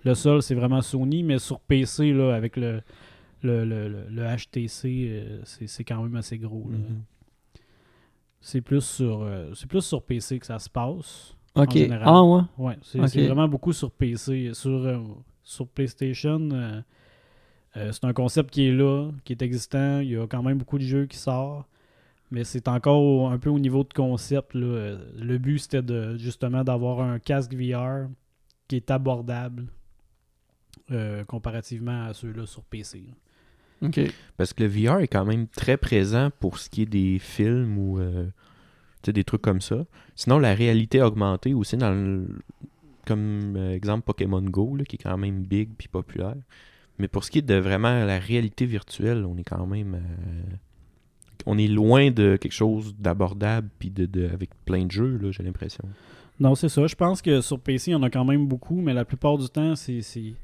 le seul c'est vraiment Sony, mais sur PC, là, avec le, le, le- le- le HTC, euh, c'est c'est quand même assez gros. là. Mhm. C'est plus, sur, euh, c'est plus sur PC que ça se passe. Ok. général. Ah, ouais. Ouais, c'est Ok. c'est vraiment beaucoup sur PC. Sur, euh, sur PlayStation, euh, euh, c'est un concept qui est là, qui est existant. Il y a quand même beaucoup de jeux qui sortent. Mais c'est encore au- un peu au niveau de concept. là. Euh, Le but, c'était de justement d'avoir un casque VR qui est abordable euh, comparativement à ceux-là sur PC. là. Ok. Parce que le VR est quand même très présent pour ce qui est des films ou euh, tu sais, des trucs comme ça. Sinon, la réalité augmentée aussi, dans le- comme euh, exemple Pokémon Go, là, qui est quand même big puis populaire. Mais pour ce qui est de vraiment la réalité virtuelle, on est quand même. euh, on est loin de quelque chose d'abordable puis de, de- avec plein de jeux, là, j'ai l'impression. Non, c'est ça. Je pense que sur PC, il y en a quand même beaucoup, mais la plupart du temps, c'est, c'est,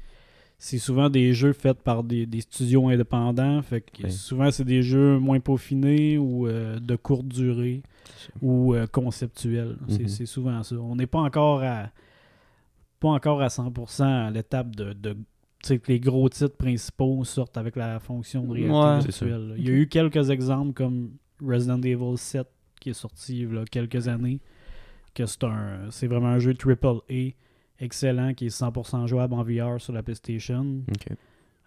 c'est souvent des jeux faits par des, des studios indépendants. Fait que Oui. souvent, c'est des jeux moins peaufinés ou euh, de courte durée ou euh, conceptuels. C'est, Mhm. c'est souvent ça. On n'est pas encore à pas encore à 100% à l'étape de, de- tu sais, que les gros titres principaux sortent avec la fonction de réalité Ouais. C'est ça. virtuelle. là. Il y a eu quelques exemples comme Resident Evil 7 qui est sorti il y a quelques années, que c'est un c'est vraiment un jeu triple A excellent qui est 100% jouable en VR sur la PlayStation. Ok.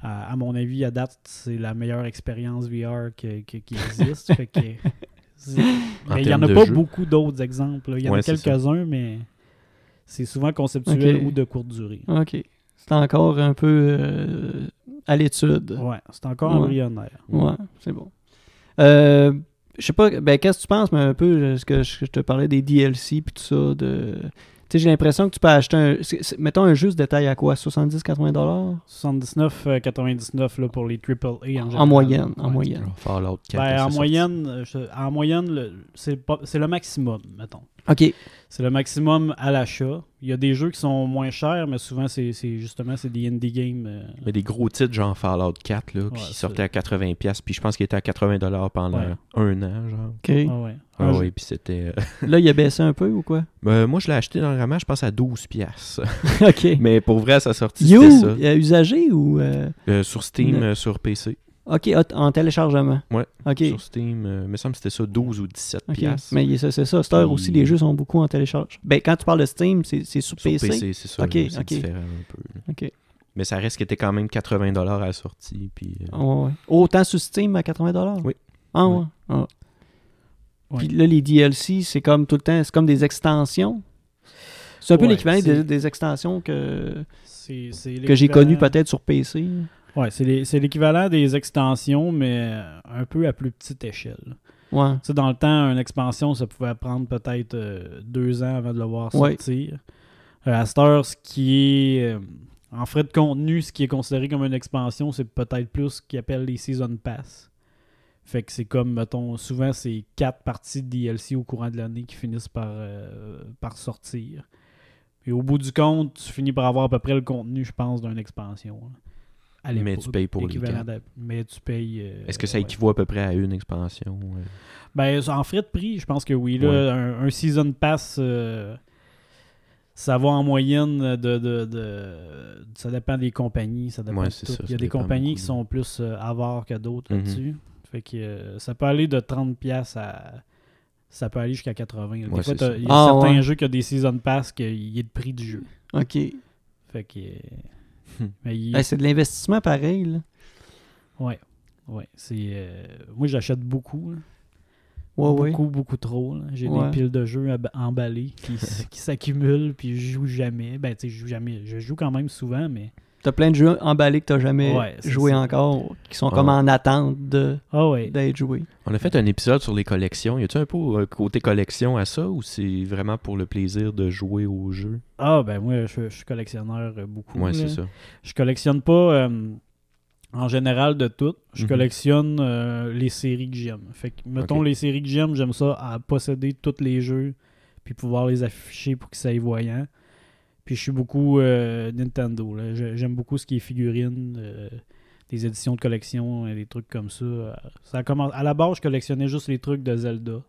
À, à mon avis, à date, c'est la meilleure expérience VR que- que- qui existe. fait que c'est- En mais il n'y en termes a de pas jeu. beaucoup d'autres exemples. là. Il y en Ouais, a c'est ça. quelques-uns, mais c'est souvent conceptuel Ok. ou de courte durée. Ok. C'est encore un peu euh, à l'étude. Ouais, c'est encore Ouais. embryonnaire. Ouais, c'est bon. Euh, je sais pas, ben, qu'est-ce que tu penses, mais un peu, euh, ce que je, je te parlais des DLC puis tout ça, de Tu sais, j'ai l'impression que tu peux acheter un. c'est- c'est- mettons un juste détail à quoi 70-80 dollars 79,99 euh, là, pour les AAA en général. En moyenne. En Ouais. moyenne. Ah, Fallout 4, Ben, c'est en, sorti. moyenne, euh, je- en moyenne, le- c'est pas- c'est le maximum, mettons. Ok. C'est le maximum à l'achat. Il y a des jeux qui sont moins chers, mais souvent, c'est c'est justement c'est des indie games. euh, Mais des gros titres genre Fallout 4 là, Ouais, qui sortaient à 80$, piastres, puis je pense qu'il était à 80$ pendant Ouais. un an, genre. ok. ah ouais. Ah Un jeu- oui, puis c'était. Là, il a baissé un peu ou quoi Ben, moi, je l'ai acheté dans le ramen, je pense à 12$. piastres. Ok. Mais pour vrai, à sa sortie, You, c'était ça. euh, usagé ou. euh, Euh, sur Steam, Le- euh, sur PC. Ok, ah, t- en téléchargement. Ouais. Ok. Sur Steam, euh, il me semble que c'était ça, 12 ou 17$. Ok. piastres. Mais il- c'est c'est ça. À cette heure aussi, les jeux sont beaucoup en télécharge. Ben, quand tu parles de Steam, c'est c'est sur, Sur PC. PC, c'est ça. Ok, là, c'est ok. différent un peu. là. Ok. Mais ça reste qu'il était quand même 80$ à la sortie. Puis, euh, Ah ouais, ouais. Autant sur Steam à 80$. Oui. Ah ouais. Ouais. ah. Ouais. Puis là, les DLC, c'est comme tout le temps, c'est comme des extensions. C'est un peu Ouais, l'équivalent c'est- des, des extensions que, c'est- c'est que j'ai l'équivalent- connues peut-être sur PC. Ouais, c'est les- c'est l'équivalent des extensions, mais euh, un peu à plus petite échelle. Ouais. Tu sais, dans le temps, une expansion, ça pouvait prendre peut-être euh, deux ans avant de le voir Ouais. sortir. Euh, à cette heure, ce qui est euh, en frais de contenu, ce qui est considéré comme une expansion, c'est peut-être plus ce qu'ils appellent les Season Pass. Fait que c'est comme, mettons, souvent c'est quatre parties de DLC au courant de l'année qui finissent par, euh, par sortir. Et au bout du compte, tu finis par avoir à peu près le contenu, je pense, d'une expansion. hein. À Mais l'époque, tu payes pour les équivalent quatre. d'à- Mais tu payes. euh, Est-ce que ça ouais. équivaut à peu près à une expansion euh? Ben, en frais de prix, je pense que oui. Là, Ouais. un, un season pass, euh, ça va en moyenne de, de- de- Ça dépend des compagnies. Ça dépend Ouais, de c'est tout. ça, Il y ça a des dépend compagnies beaucoup qui de- sont plus euh, avares que d'autres Mhm. là-dessus. Fait que euh, ça peut aller de 30$ à. Ça peut aller jusqu'à 80. Des Ouais, fois, c'est t'as- ça. il y a Ah, certains ouais. jeux qui ont des season pass qu'il y a le prix du jeu. OK. Fait que. euh, Hmm. mais il- Eh, c'est de l'investissement pareil. Là. ouais. Ouais. C'est. euh, moi, j'achète beaucoup. là. Ouais, ouais. beaucoup, beaucoup trop. là. J'ai Ouais. des piles de jeux ab- emballées qui, s- qui s'accumulent, puis je joue jamais. Ben, tu sais, je joue jamais. Je joue quand même souvent, mais. T'as plein de jeux emballés que t'as jamais Ouais, c'est joué ça. encore, qui sont Ah. comme en attente de- Ah ouais. Ben d'être joués. On a fait un épisode sur les collections. Y a-t-il un peu un côté collection à ça ou c'est vraiment pour le plaisir de jouer au jeu Ah, ben, moi, je, je suis collectionneur euh, beaucoup. Ouais, là. c'est ça. Je collectionne pas euh, en général de tout. Je Mhm. collectionne euh, les séries que j'aime. Fait que, mettons, Ok. les séries que j'aime, j'aime ça à posséder tous les jeux, puis pouvoir les afficher pour qu'ils soient voyants. Puis je suis beaucoup euh, Nintendo. là. Je- J'aime beaucoup ce qui est figurines, euh, des éditions de collection, et des trucs comme ça. Euh, ça commence... À la base, je collectionnais juste les trucs de Zelda.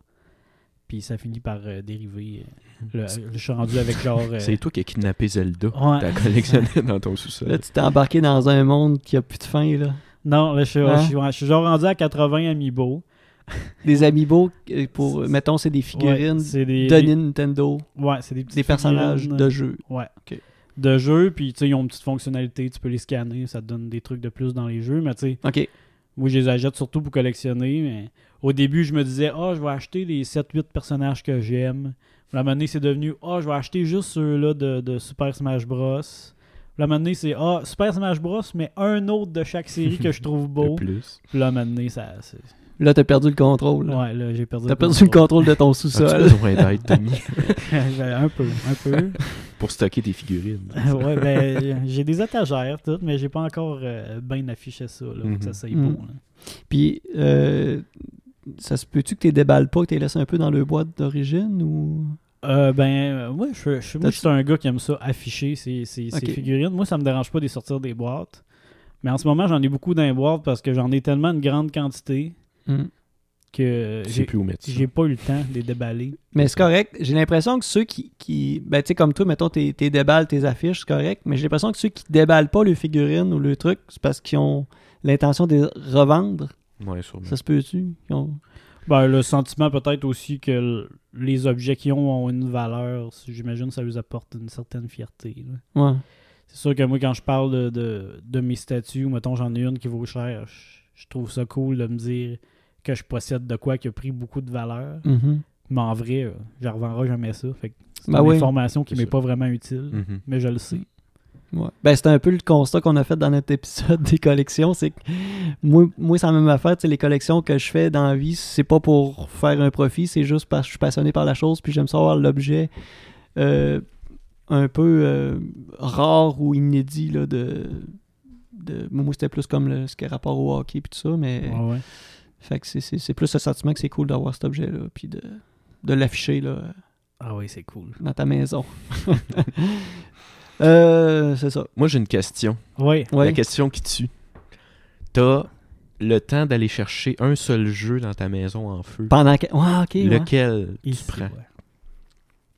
Puis ça finit par euh, dériver. Le- je suis rendu avec genre. euh, Mhm. C'est toi qui as kidnappé Zelda. Ouais. T'as collectionné dans ton Là, sous-sol. tu t'es embarqué dans un monde qui a plus de fin. Là. Non, là, je, suis, Hein? je suis- je suis genre rendu à 80 amiibo. Des amiibo, euh, pour, mettons, c'est des figurines Ouais, c'est des, de des- Nintendo. ouais, c'est des, petites des personnages figurines, de jeu. ouais, Ok. de jeu, puis tu sais, ils ont une petite fonctionnalité, tu peux les scanner, ça te donne des trucs de plus dans les jeux, mais tu sais, OK. moi je les achète surtout pour collectionner, mais au début je me disais, ah, je vais acheter les 7-8 personnages que j'aime. Puis à un moment donné, c'est devenu, ah, je vais acheter juste ceux-là de, de Super Smash Bros. Puis à un moment donné, c'est, ah, Super Smash Bros, mais un autre de chaque série que je trouve De beau. plus. Puis là, à un moment donné, ça. c'est- Là, t'as perdu le contrôle. là. Ouais, là, j'ai perdu T'as perdu le contrôle de ton As-tu sous-sol. besoin d'aide, Tommy, Ben, un peu, un peu. pour stocker tes figurines? ouais, ben, j'ai des étagères, tout, mais j'ai pas encore euh, bien affiché ça, là, pour que ça soit Mhm. beau. là. Puis, euh, ça se peut-tu que t'es déballes pas, que t'es laissé un peu dans le boîte d'origine ou. Euh, ben, moi, je, je, moi, je T'as-tu- suis un gars qui aime ça, afficher ses, ses- ses Ok. figurines. Moi, ça me dérange pas de les sortir des boîtes. Mais en ce moment, j'en ai beaucoup dans les boîtes parce que j'en ai tellement une grande quantité Hmm. que Tu sais j'ai plus où mettre ça. j'ai pas eu le temps de les déballer. Mais c'est correct. J'ai l'impression que ceux qui. qui ben, tu sais, comme toi, mettons, tes, tes déballes, tes affiches, c'est correct. Mais j'ai l'impression que ceux qui déballent pas le figurine ou le truc, c'est parce qu'ils ont l'intention de les revendre. Ouais, sûrement. Ça se peut-tu? Ils ont- Ben, le sentiment peut-être aussi que l- les objets qu'ils ont ont une valeur. J'imagine que ça leur apporte une certaine fierté. là. Ouais. C'est sûr que moi, quand je parle de, de, de mes statues, mettons, j'en ai une qui vaut cher, je, je trouve ça cool de me dire que je possède de quoi qui a pris beaucoup de valeur. Mhm. Mais en vrai, euh, je revendrai jamais ça. Fait que c'est Ben une oui. information qui Bah C'est m'est ça. pas vraiment utile, Mhm. mais je le sais. Ouais. Ben, c'est un peu le constat qu'on a fait dans notre épisode des collections. C'est que moi, moi c'est la même affaire. tu sais, Les collections que je fais dans la vie, c'est pas pour faire un profit, c'est juste parce que je suis passionné par la chose puis j'aime savoir l'objet. Euh, un peu euh, rare ou inédit là, de, de. Moi, c'était plus comme le, ce qui est rapport au hockey et tout ça, Eh. mais. Ouais, Ah ouais. Fait que c'est- c'est c'est plus le sentiment que c'est cool d'avoir cet objet-là, puis de, de l'afficher là, Ah oui, c'est cool. dans ta maison. Euh, c'est ça. Moi, j'ai une question. Oui. La Ouais. question qui tue. T'as le temps d'aller chercher un seul jeu dans ta maison en feu. Pendant que. Ouais, ok. ouais. Lequel Ici, tu prends. ouais.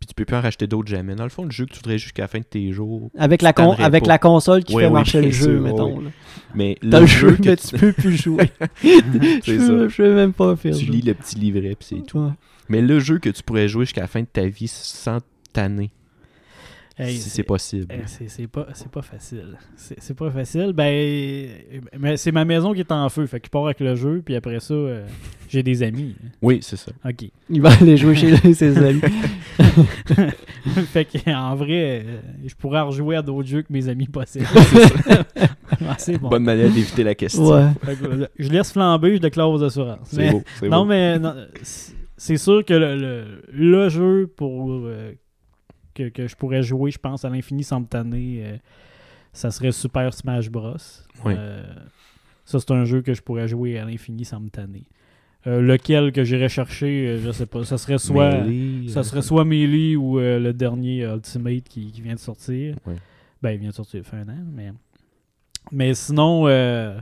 Puis tu peux plus en racheter d'autres jamais. Dans le fond, le jeu que tu voudrais jusqu'à la fin de tes jours. Avec, la, Tu con- t'aimerais avec pas. la console qui Ouais, fait ouais, marcher bien le jeu, sûr, ouais, mettons. là. Mais T'as le le jeu, jeu que mais tu- tu peux plus jouer. C'est Je ça. peux- je peux même pas faire. tu ça. lis le petit livret, puis c'est tout. Ouais. Mais le jeu que tu pourrais jouer jusqu'à la fin de ta vie sans tanner, Hey, si c'est possible. Eh, C'est c'est pas, c'est pas facile. C'est c'est pas facile. Ben, euh, mais c'est ma maison qui est en feu. Fait que je pars avec le jeu, puis après ça, euh, j'ai des amis. Oui, c'est ça. OK. Il va aller jouer chez lui, ses amis. fait que, en vrai, euh, je pourrais rejouer à d'autres jeux que mes amis possèdent. Ah, c'est bon. Bonne manière d'éviter la question. Ouais. Fait que, euh, je laisse flamber, je déclare aux assurances. C'est Mais- beau. c'est non, beau. mais non, c'est- c'est sûr que le, le, le jeu pour euh, que, que je pourrais jouer, je pense, à l'infini sans me tanner, euh, ça serait Super Smash Bros. Oui. Euh, ça, c'est un jeu que je pourrais jouer à l'infini sans me tanner. Euh, lequel que j'irais chercher, euh, je sais pas. Ça serait soit. Melee, Ça euh, serait soit Melee ou euh, le dernier euh, Ultimate qui, qui vient de sortir. Ouais. Ben, il vient de sortir il fait un an, mais. Mais sinon, euh,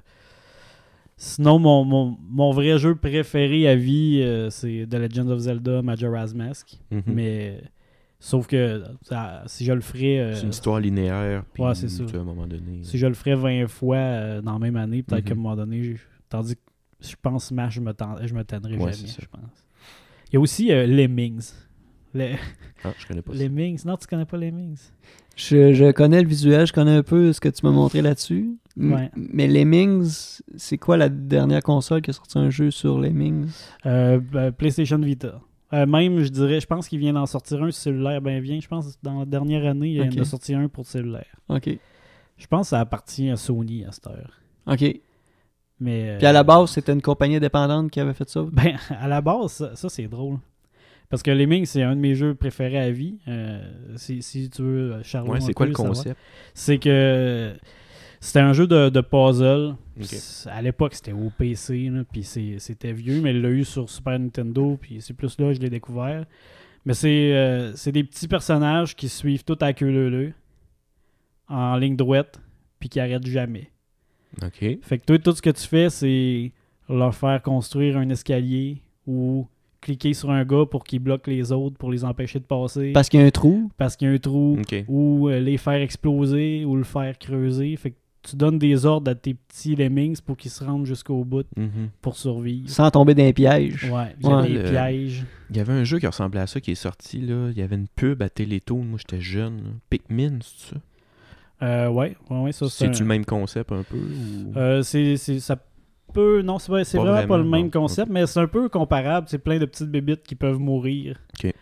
sinon mon, mon, mon vrai jeu préféré à vie, euh, c'est The Legend of Zelda Majora's Mask. Mhm. Mm-hmm. Mais sauf que ça- si je le ferais, euh, C'est une histoire linéaire. Puis Ouais, c'est ça. À un moment donné. si je le ferais 20 fois euh, dans la même année, peut-être Mhm. qu'à un moment donné, je- tandis que je pense Smash, je me, tan- je me tannerai Ouais, c'est jamais, ça. je pense. Il y a aussi euh, Lemmings. Le- Ah, je connais pas ça. Lemmings, non, tu connais pas Lemmings. Je, je connais le visuel, je connais un peu ce que tu m'as montré là-dessus. M- Ouais. Mais Lemmings, c'est quoi la dernière console qui a sorti un jeu sur Lemmings Euh, ben, PlayStation Vita. Euh, même, je dirais, je pense qu'il vient d'en sortir un sur cellulaire bien bien. Je pense que dans la dernière année, il Ok. en a sorti un pour cellulaire. Ok. Je pense que ça appartient à Sony à cette heure. Ok. Puis Mais, euh, à la base, c'était une compagnie indépendante qui avait fait ça. Ben, à la base, ça, ça, c'est drôle. Parce que Lemmings, c'est un de mes jeux préférés à vie. Euh, si, si tu veux, euh, Charles. Ouais, un c'est quoi peu, le ça va. concept C'est que c'était un jeu de, de puzzle. Ok. C'est- À l'époque, c'était au PC, là, puis c'est- c'était vieux, mais il l'a eu sur Super Nintendo, puis c'est plus là que je l'ai découvert. Mais c'est euh, c'est des petits personnages qui suivent tout à queue leu-leu, en ligne droite, puis qui arrêtent jamais. Ok. Fait que toi, tout ce que tu fais, c'est leur faire construire un escalier ou cliquer sur un gars pour qu'il bloque les autres, pour les empêcher de passer, Parce qu'il y a un trou. parce qu'il y a un trou, Ok. ou euh, les faire exploser ou le faire creuser. Fait que tu donnes des ordres à tes petits lemmings pour qu'ils se rendent jusqu'au bout Mhm. pour survivre. Sans tomber d'un piège. Ouais, il y a Ouais, des le- pièges. Il y avait un jeu qui ressemblait à ça qui est sorti. là. Il y avait une pub à Télétoon. Moi, j'étais jeune. là. Pikmin, c'est ça Euh, ouais, ouais, ouais, ça c'est. C'est-tu un- le même concept un peu ou- Euh, c'est- c'est- ça peut. Non, c'est, vrai- c'est Pas vraiment, pas le vraiment, même non. concept, mais c'est un peu comparable. C'est plein de petites bébites qui peuvent mourir. T'es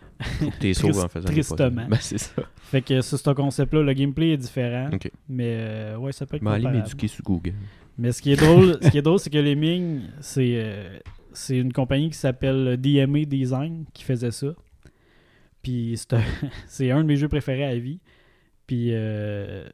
triste- sauvé en faisant des puzzles. tristement. Ben, c'est ça. Fait que sur ce concept-là, le gameplay est différent. Ok. Mais euh, ouais, ça peut être Ben, allez comparable. m'éduquer sur Google. Mais ce qui est drôle, ce qui est drôle, c'est que Lemming, c'est euh, c'est une compagnie qui s'appelle DMA Design qui faisait ça. Puis c'est un, c'est un de mes jeux préférés à vie. Puis euh,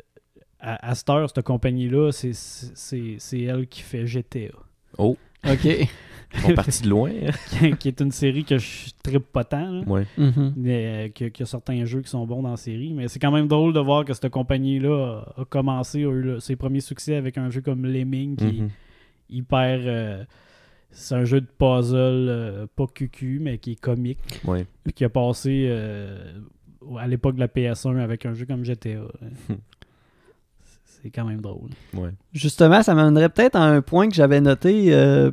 à, à cette heure, cette compagnie-là, c'est- c'est c'est- c'est elle qui fait GTA. Oh, Ok. ils sont partis de loin. hein. qui, qui est une série que je tripe pas tant. là. Ouais. Mhm. Mais, euh, que- qu'il y a certains jeux qui sont bons dans la série. Mais c'est quand même drôle de voir que cette compagnie-là a, a commencé, a eu le- ses premiers succès avec un jeu comme Lemming qui, Mhm. hyper. euh, c'est un jeu de puzzle, euh, pas cucu, mais qui est comique. Ouais. Puis qui a passé euh, à l'époque de la PS1 avec un jeu comme GTA. hein. c'est quand même drôle. Ouais. Justement, ça m'amènerait peut-être à un point que j'avais noté. euh,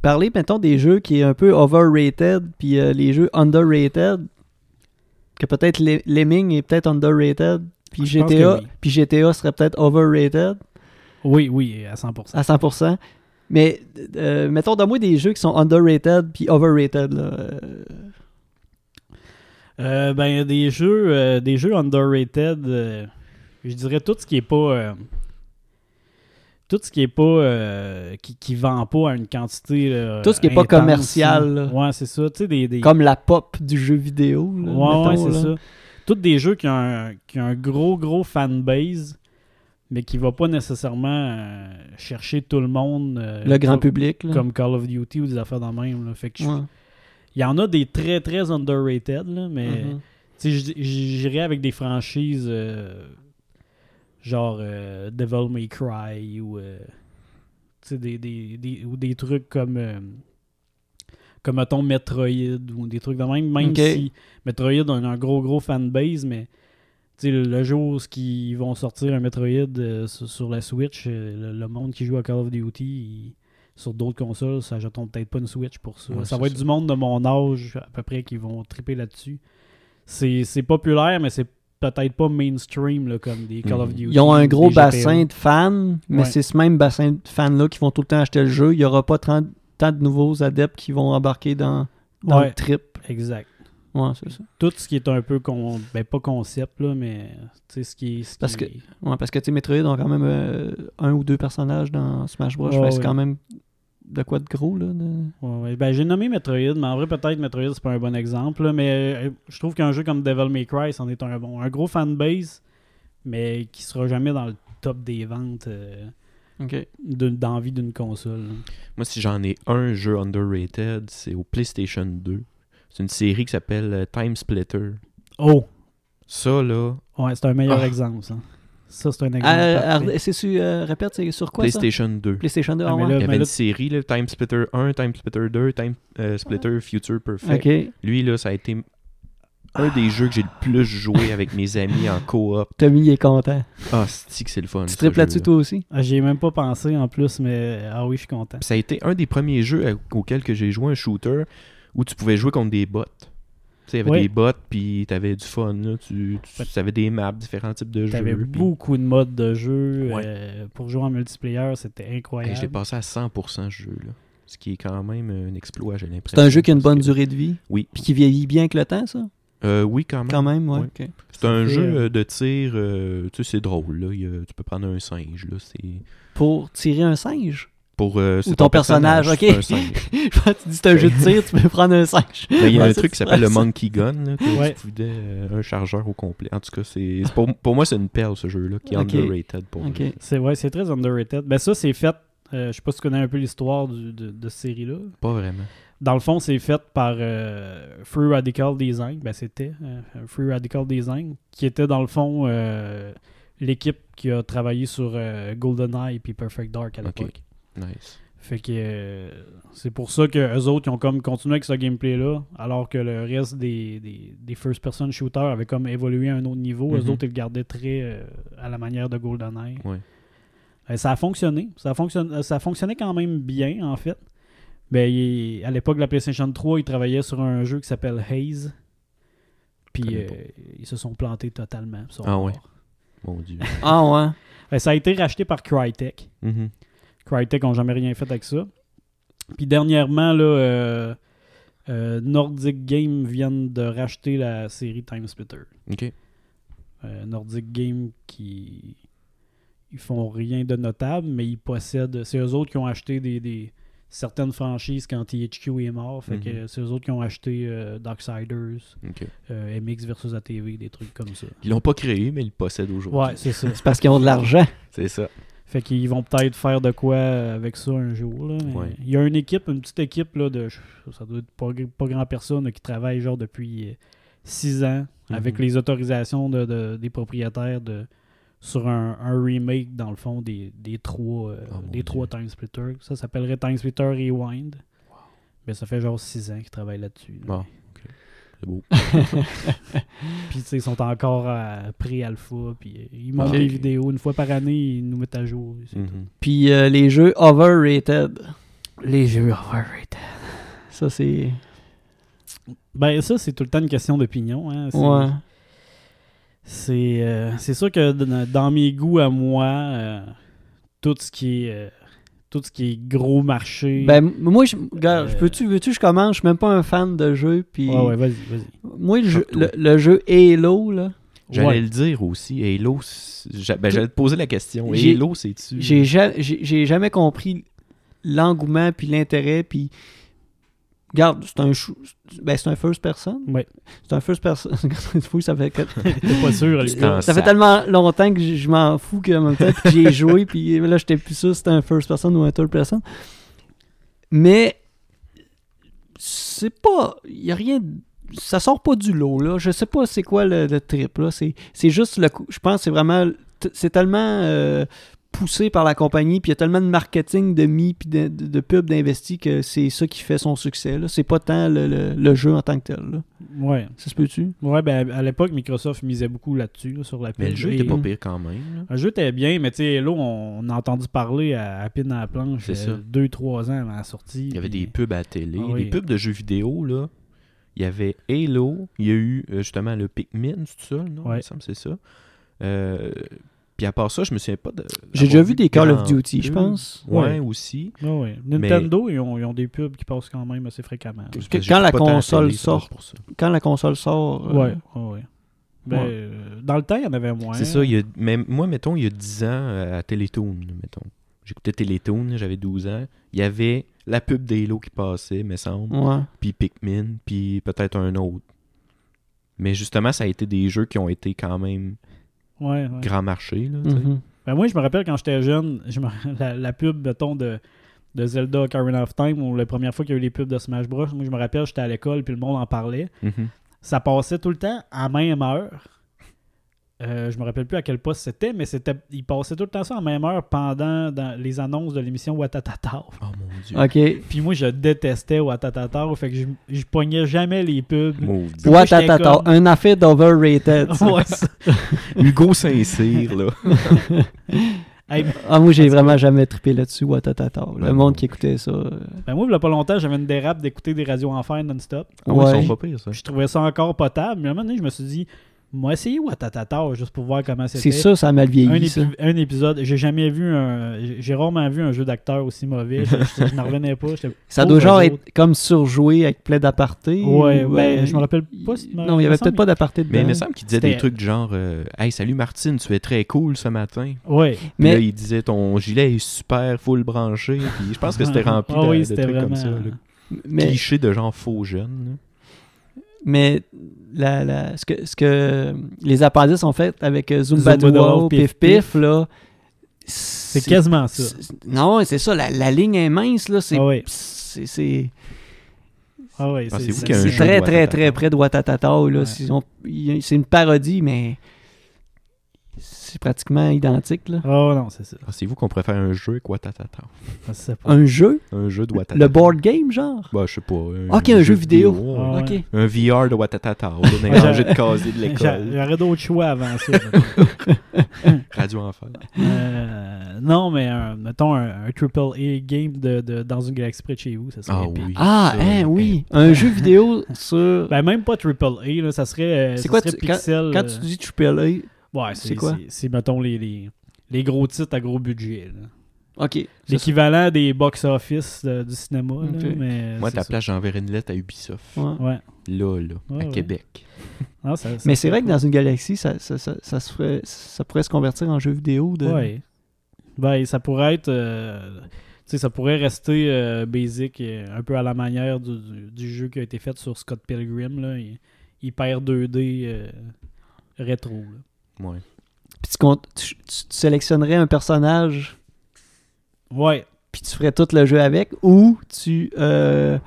parler, mettons, des jeux qui est un peu overrated, puis euh, les jeux underrated. Que peut-être Le- Lemming est peut-être underrated, puis Ah, Je pense GTA, que oui. puis GTA serait peut-être overrated Oui, oui, à 100%. à 100%. Mais euh, mettons, donne-moi des jeux qui sont underrated, puis overrated. Là. Euh, Euh, ben, des jeux, euh, des jeux underrated, euh, je dirais tout ce qui est pas. euh, tout ce qui est pas. euh, qui, qui vend pas à une quantité. là, Tout ce qui est pas intense, commercial, là. Ouais, c'est ça. Tu sais, des. des- Comme la pop du jeu vidéo. là, Ouais, ouais, mettons, c'est là. ça. tous des jeux qui ont un, qui ont un gros, gros fanbase, mais qui va pas nécessairement euh, chercher tout le monde. euh, Le grand comme- public. là. Comme Call of Duty ou des affaires dans le même. là. Fait que je- Ouais. Il y en a des très, très underrated, là, mais Mhm. tu sais, j- j- j'irais avec des franchises euh, genre euh, Devil May Cry ou, euh, tu sais, des, des, des- ou des trucs comme, euh, comme mettons, Metroid ou des trucs de même. Même Ok. si Metroid a un, un gros, gros fanbase, mais tu sais, le, le jour où ce qu'ils vont sortir un Metroid euh, sur, sur la Switch, euh, le, le monde qui joue à Call of Duty, il- sur d'autres consoles, ça jetons peut-être pas une Switch pour ça. Ouais, ça c'est va être ça. du monde de mon âge à peu près qui vont triper là-dessus. C'est c'est populaire, mais c'est peut-être pas mainstream là, comme des Call of Mhm. Duty. Ils ont un des gros GTA. bassin de fans, mais Ouais. c'est ce même bassin de fans-là qui vont tout le temps acheter le jeu. Il n'y aura pas tant, tant de nouveaux adeptes qui vont embarquer dans, dans Ouais. le trip. Exact. Ouais, c'est ça. Tout ce qui est un peu, con... ben pas concept, là, mais tu sais, ce qui est... ce Parce qui- Ouais, parce que tu sais, Metroid ont quand même euh, un ou deux personnages dans Smash Bros. Ouais, Fait que C'est ouais. quand même de quoi de gros, là. de- Ouais, ouais. Ben, j'ai nommé Metroid, mais en vrai, peut-être Metroid, c'est pas un bon exemple, là, mais euh, je trouve qu'un jeu comme Devil May Cry, c'en est un bon. Un gros fanbase, mais qui sera jamais dans le top des ventes euh, de- d'envie d'une console. là. Moi, si j'en ai un jeu underrated, c'est au PlayStation 2. C'est une série qui s'appelle euh, Time Splitter. Oh! Ça, là, Ouais, c'est un meilleur Ah. exemple, ça. Ça, c'est un exemple. Ah, parfait. ah, c'est sur, euh, répète, c'est sur quoi ça PlayStation 2. PlayStation 2, Ah, ah mais ouais. là, Il y avait là, une série, là, Time Splitter 1, Time Splitter 2, Time euh, Splitter Future Perfect. Ok. Lui, là, ça a été un des jeux que j'ai le plus joué avec mes amis en coop. Tommy il est content. Ah, c'est que c'est le fun. Tu ce triples là-dessus jeu-là. toi aussi ah, j'y ai même pas pensé en plus, mais ah oui, je suis content. Ça a été un des premiers jeux à- auxquels que j'ai joué un shooter où tu pouvais jouer contre des bots. Tu sais, il y avait Oui. des bots, puis t'avais du fun. Là. Tu, tu, tu avais des maps, différents types de jeux. T'avais puis- beaucoup de modes de jeu. Ouais. euh, pour jouer en multiplayer, c'était Hey, je l'ai incroyable. passé à 100% ce jeu-là. Ce qui est quand même un exploit, j'ai l'impression. C'est un jeu qui a une bonne Parce que- durée de vie. Oui. Puis qui vieillit bien avec le temps, ça Euh, oui, quand même. Quand même, ouais. Ouais. ok. C'est un fait, jeu euh, euh, de tir. euh, tu sais, c'est drôle. Là. Il y a- tu peux prendre un singe. Là. C'est Pour tirer un singe. pour. euh, c'est Ou ton personnage, ok. c'est un singe. Quand tu dis c'est un jeu de tir, tu peux prendre un singe. Mais il y a Ouais, un c'est truc qui ça, s'appelle le ça. Monkey Gun. là, que Ouais. tu pouvais, euh, un chargeur au complet. En tout cas, c'est c'est pour, pour moi, c'est une perle ce jeu-là qui est Ok. underrated pour Ok. vrai. C'est ouais, c'est très underrated. Ben ça, c'est fait. euh, je sais pas si tu connais un peu l'histoire du- de, de cette série-là. Pas vraiment. Dans le fond, c'est fait par euh, Free Radical Design. Ben c'était euh, Free Radical Design, qui était dans le fond euh, l'équipe qui a travaillé sur euh, GoldenEye et Perfect Dark à Ok. l'époque. Nice. Fait que euh, c'est pour ça que eux autres ils ont comme continué avec ce gameplay là, alors que le reste des, des, des first person shooters avait comme évolué à un autre niveau. Eux Mhm. autres ils le gardaient très euh, à la manière de GoldenEye. Ouais. Euh, ça a fonctionné, ça a fonctionné, ça a fonctionné quand même bien en fait. Mais il- à l'époque de la PlayStation 3, ils travaillaient sur un jeu qui s'appelle Haze. Puis Connais pas. euh, ils se sont plantés totalement. ils sont Ah ouais. morts. Mon Dieu. Ah ouais. Euh, ça a été racheté par Crytek. Mhm. Crytek n'ont jamais rien fait avec ça. Puis dernièrement, là, euh, euh, Nordic Game viennent de racheter la série Time Splitter. Ok. Euh, Nordic Game qui. Ils font rien de notable, mais ils possèdent. C'est eux autres qui ont acheté des, des- certaines franchises quand THQ est mort. Fait que Mhm. c'est eux autres qui ont acheté euh, Darksiders, Ok. euh, MX versus ATV, des trucs comme ça. Ils l'ont pas créé, mais ils le possèdent aujourd'hui. Ouais, c'est ça. C'est parce qu'ils ont de l'argent. C'est ça. Fait qu'ils vont peut-être faire de quoi euh, avec ça un jour. là, mais Ouais. Il y a une équipe, une petite équipe là, de ça doit être pas, pas grand personne là, qui travaille genre depuis 6 ans avec Mhm. les autorisations de, de- des propriétaires de sur un, un remake dans le fond des, des trois euh, Oh, mon des trois Time Splitter. Ça s'appellerait Time Splitter Rewind. Mais ça fait genre 6 ans qu'ils travaillent là-dessus. là. Bon. C'est beau. Puis tu sais, ils sont encore à pré-alpha. Puis euh, ils montent Ah, Ok. des vidéos une fois par année, ils nous mettent à jour. c'est tout. Mhm. Puis euh, les jeux overrated. Les jeux overrated. Ça, c'est. Ben ça, c'est tout le temps une question d'opinion. Hein. C'est- Ouais. C'est euh, c'est sûr que dans, dans mes goûts à moi, euh, tout ce qui est euh, tout ce qui est gros marché. Ben, m- moi, je, regarde, Euh, peux-tu, veux-tu, que je commence? Je suis même pas un fan de jeu. Puis, ouais, ouais, vas-y, vas-y. moi, le jeu, Choque-toi. le, le jeu Halo, là, J'allais Ouais. le dire aussi. Halo, c'est- j'a- ben, Tout- j'allais te poser la question. J'ai- Halo, c'est-tu. j'ai, ja- j'ai, j'ai jamais compris l'engouement puis l'intérêt. Puis, Regarde, c'est un chou- ben, c'est un first person. Ouais. C'est un first person. C'est fou, ça fait que- T'es pas sûr. C'est un ça fait sac. tellement longtemps que je je m'en fous que en même temps puis j'y ai joué puis là j'étais plus sûr si c'était un first person ou un third person. Mais c'est pas il y a rien ça sort pas du lot là, je sais pas c'est quoi le, le trip là, c'est c'est juste le coup, je pense que c'est vraiment t- c'est tellement euh, poussé par la compagnie puis il y a tellement de marketing de mi puis de, de- de pub d'investi que c'est ça qui fait son succès là, c'est pas tant le, le- le jeu en tant que tel là. Ouais. Ça se peut-tu Ouais, ben à l'époque, Microsoft misait beaucoup là-dessus, là, sur la Mais pub. le jeu Et- était pas pire quand même. Le jeu était bien, mais tu sais, là, on, on a entendu parler à, à Pine à la planche C'est ça. 2-3 ans avant la sortie. Il y avait puis- des pubs à la télé, Ah oui. des pubs de jeux vidéo, là. Il y avait Halo, il y a eu euh, justement le Pikmin, c'est ça, non? Ouais. Il me semble que c'est ça. Euh, puis à part ça, je me souviens pas de. J'ai déjà d'avoir vu des Call of grand Duty, je pub. pense. Ouais, Ouais. aussi. Ouais, ouais. Nintendo, ils, ont, ils ont des pubs qui passent quand même assez fréquemment. là. Parce que j'ai quand la pas tant télé, console ça doit être sort, pour ça. quand la console sort. euh, Ouais, ouais, ouais. Ben, Ouais. euh, dans le temps, il y en avait moins. C'est ça, il y a- mais moi, mettons, il y a 10 ans euh, à Télétoon, mettons. J'écoutais Télétoon, j'avais 12 ans. Il y avait la pub d'Halo qui passait, me semble, ouais. puis Pikmin, puis peut-être un autre. Mais justement, ça a été des jeux qui ont été quand même Ouais, ouais. grand marché. Là, tu sais. Mhm. Ben, moi, je me rappelle quand j'étais jeune, je me- la, la pub, mettons, de, de Zelda Ocarina of Time, ou la première fois qu'il y a eu les pubs de Smash Bros. Moi, je me rappelle, j'étais à l'école, puis le monde en parlait. Mhm. ça passait tout le temps à même heure. Euh, je me rappelle plus à quel poste c'était, mais c'était, il passait tout le temps ça à même heure pendant dans les annonces de l'émission Watatata. Oh mon dieu. Ok. Puis moi, je détestais Watatata, fait que je, je pognais jamais les pubs. Maudit. Moi, j'étais Watatata, comme- un affaire d'overrated. ça. Ouais, ça. Hugo Saint-Cyr, là. Hey, Ah, moi, j'ai vraiment jamais trippé là-dessus, Watatata. Le Ben, monde non. qui écoutait ça. euh, ben moi, il y a pas longtemps, j'avais une dérape d'écouter des radios enfer non-stop. Ah Ouais. ouais, Ils sont pas pires, ça. Je trouvais ça encore potable. Mais à un moment donné, je me suis dit, moi, essayer Watatata juste pour voir comment C'est c'était. ça, ça a mal un, vieilli, épi- ça. un épisode, j'ai jamais vu un. j'ai- J'ai rarement vu un jeu d'acteur aussi mauvais. Je, je- je n'en revenais pas. J'étais- Ça doit Pauvre genre eux être comme surjoué avec plein d'apartés. Ouais, ou, ben, euh, je me rappelle pas si- Non, il y me avait semble- peut-être pas d'apartés dedans. Mais il me semble qu'il disait des C'était- trucs du genre euh, Hey, salut Martine, tu es très cool ce matin. Ouais. Puis Mais- là, il disait ton gilet est super full branché. Puis je pense que c'était rempli Ah de, oui, de c'était trucs comme ça. vraiment- là. mais, Clichés de genre faux jeunes. mais la, la- ce, que, ce que les appendices ont fait avec euh, Zumba Zumba Duo, Duo, Pif Pif Pif, là. C'est quasiment ça. c'est- Non, c'est ça, la, la ligne est mince, là. C'est. Ah ouais. c'est- c'est- Ah ouais, c'est Pensez-vous c'est- qu'il y a un C'est jeu très, de c'est- très, Watatata. très près de Watatata. là. Ouais. S'ils ont- il- C'est une parodie, mais c'est pratiquement identique. Là. Oh non, c'est ça. Pensez-vous Ah, qu'on pourrait faire un jeu avec Watatata Je sais pas. Un jeu Un jeu de Watatata Le board game, genre Bah, je sais pas. Un Ok, un jeu vidéo. ouais. Ah Ok. ouais. Un VR de Watatata. On est Ah, un jeu j'ai- de casier de J'a- l'école. J'aurais d'autres choix avant ça. Radio Enfer. Euh, non, mais un- mettons un, un triple A game de, de- dans une galaxie près de chez vous, ça serait Ah épique. oui. Ah, ça, hein, hein. oui. Un jeu vidéo sur. Ben même pas triple A, là, ça serait. euh, C'est ça quoi, serait tu- quand- pixel, Quand euh, tu dis Triple Ouais, c'est c'est quoi? quoi C'est mettons les, les, les gros titres à gros budget. là. A, ok. Ça, L'équivalent des box office euh, du cinéma, là, Ok. mais Moi, à c'est ta ça. place, j'enverrais une lettre à Ubisoft. c'est- ouais. Ouais. Là, là, Ouais, à ouais. Québec. Non, ça- ça Mais c'est serait vrai que dans une galaxie, ça, ça, ça, ça se ferait- ça pourrait se convertir en jeu vidéo. De... Ouais. Ben, ça pourrait être. euh, tu sais, ça pourrait rester euh, basic, euh, un peu à la manière du, du- du jeu qui a été fait sur Scott Pilgrim, là. hy- Hyper 2D euh, rétro. là. Ouais. Puis tu, comptes- tu- tu- tu sélectionnerais un personnage, Ouais. puis tu ferais tout le jeu avec, ou tu. euh,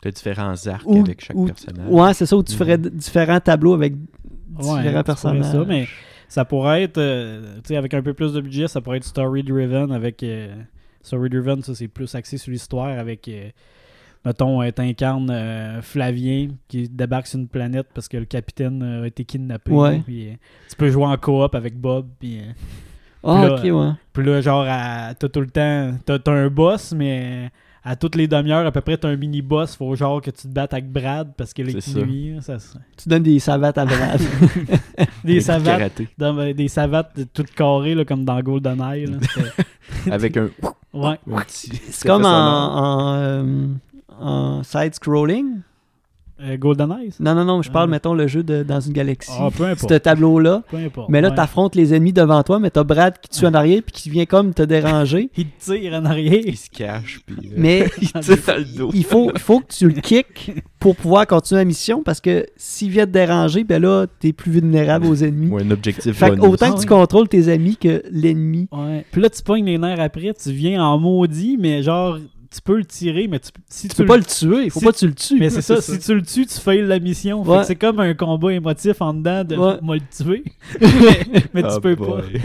T'as différents arcs Ou- avec chaque ou- personnage. Ouais, c'est ça, où tu Mhm. ferais d- différents tableaux avec différents tu pourrais personnages. ça, mais ça pourrait être. euh, tu sais, avec un peu plus de budget, ça pourrait être story driven avec. euh, story driven, ça, c'est plus axé sur l'histoire avec. euh, Mettons, euh, t'incarnes euh, Flavien qui débarque sur une planète parce que le capitaine euh, a été kidnappé. Ouais. Puis, euh, tu peux jouer en coop avec Bob. Puis, euh, Ah, Puis là, ok, ouais. puis là, genre, à- t'as tout le temps. T'as t'as un boss, mais à toutes les demi-heures, à peu près, t'as un mini-boss. Faut genre que tu te battes avec Brad parce qu'il est, C'est ça. minuit. Ça. se- Tu donnes des savates à Brad. des, Avec du savates, karaté, dans- euh, des savates de- toutes carrées, là, comme dans GoldenEye. là. C'était- Avec un, ouais. un petit. C'est comme en, en, euh, en side-scrolling. Euh, GoldenEye, ça? Non, non, non, je parle, Ah. mettons, le jeu de, dans une galaxie. Ah, peu importe. Ce tableau-là. Peu importe. Mais là, ouais. t'affrontes les ennemis devant toi, mais t'as Brad qui te tue en arrière puis qui vient comme te déranger. Il te tire en arrière. Il se cache, puis euh, mais il tire dans le dos. il faut, il faut que tu le kicks pour pouvoir continuer la mission parce que s'il vient te déranger, ben là, t'es plus vulnérable aux ennemis. Ou un objectif Fait que bonus. autant Ah que tu oui. contrôles tes amis que l'ennemi. Ouais. Puis là, tu pognes les nerfs après, tu viens en maudit, mais genre, tu peux le tirer, mais tu, si Tu peux pas le tuer, il faut si- pas que tu le tues. Mais c'est ça, si tu le tues, tu fails la mission. Fait Ouais. que C'est comme un combat émotif en dedans de Ouais. moi le tuer. mais, mais tu Ah peux pas. boy.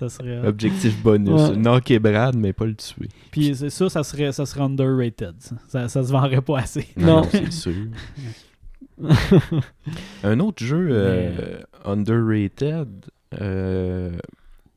Ah, Ça serait. Objectif bonus. Ouais. Knocker Brad, mais pas le tuer. Puis c'est ça, ça serait, ça serait underrated. ça. Ça, ça se vendrait pas assez. Non. c'est sûr. Un autre jeu euh, underrated, euh,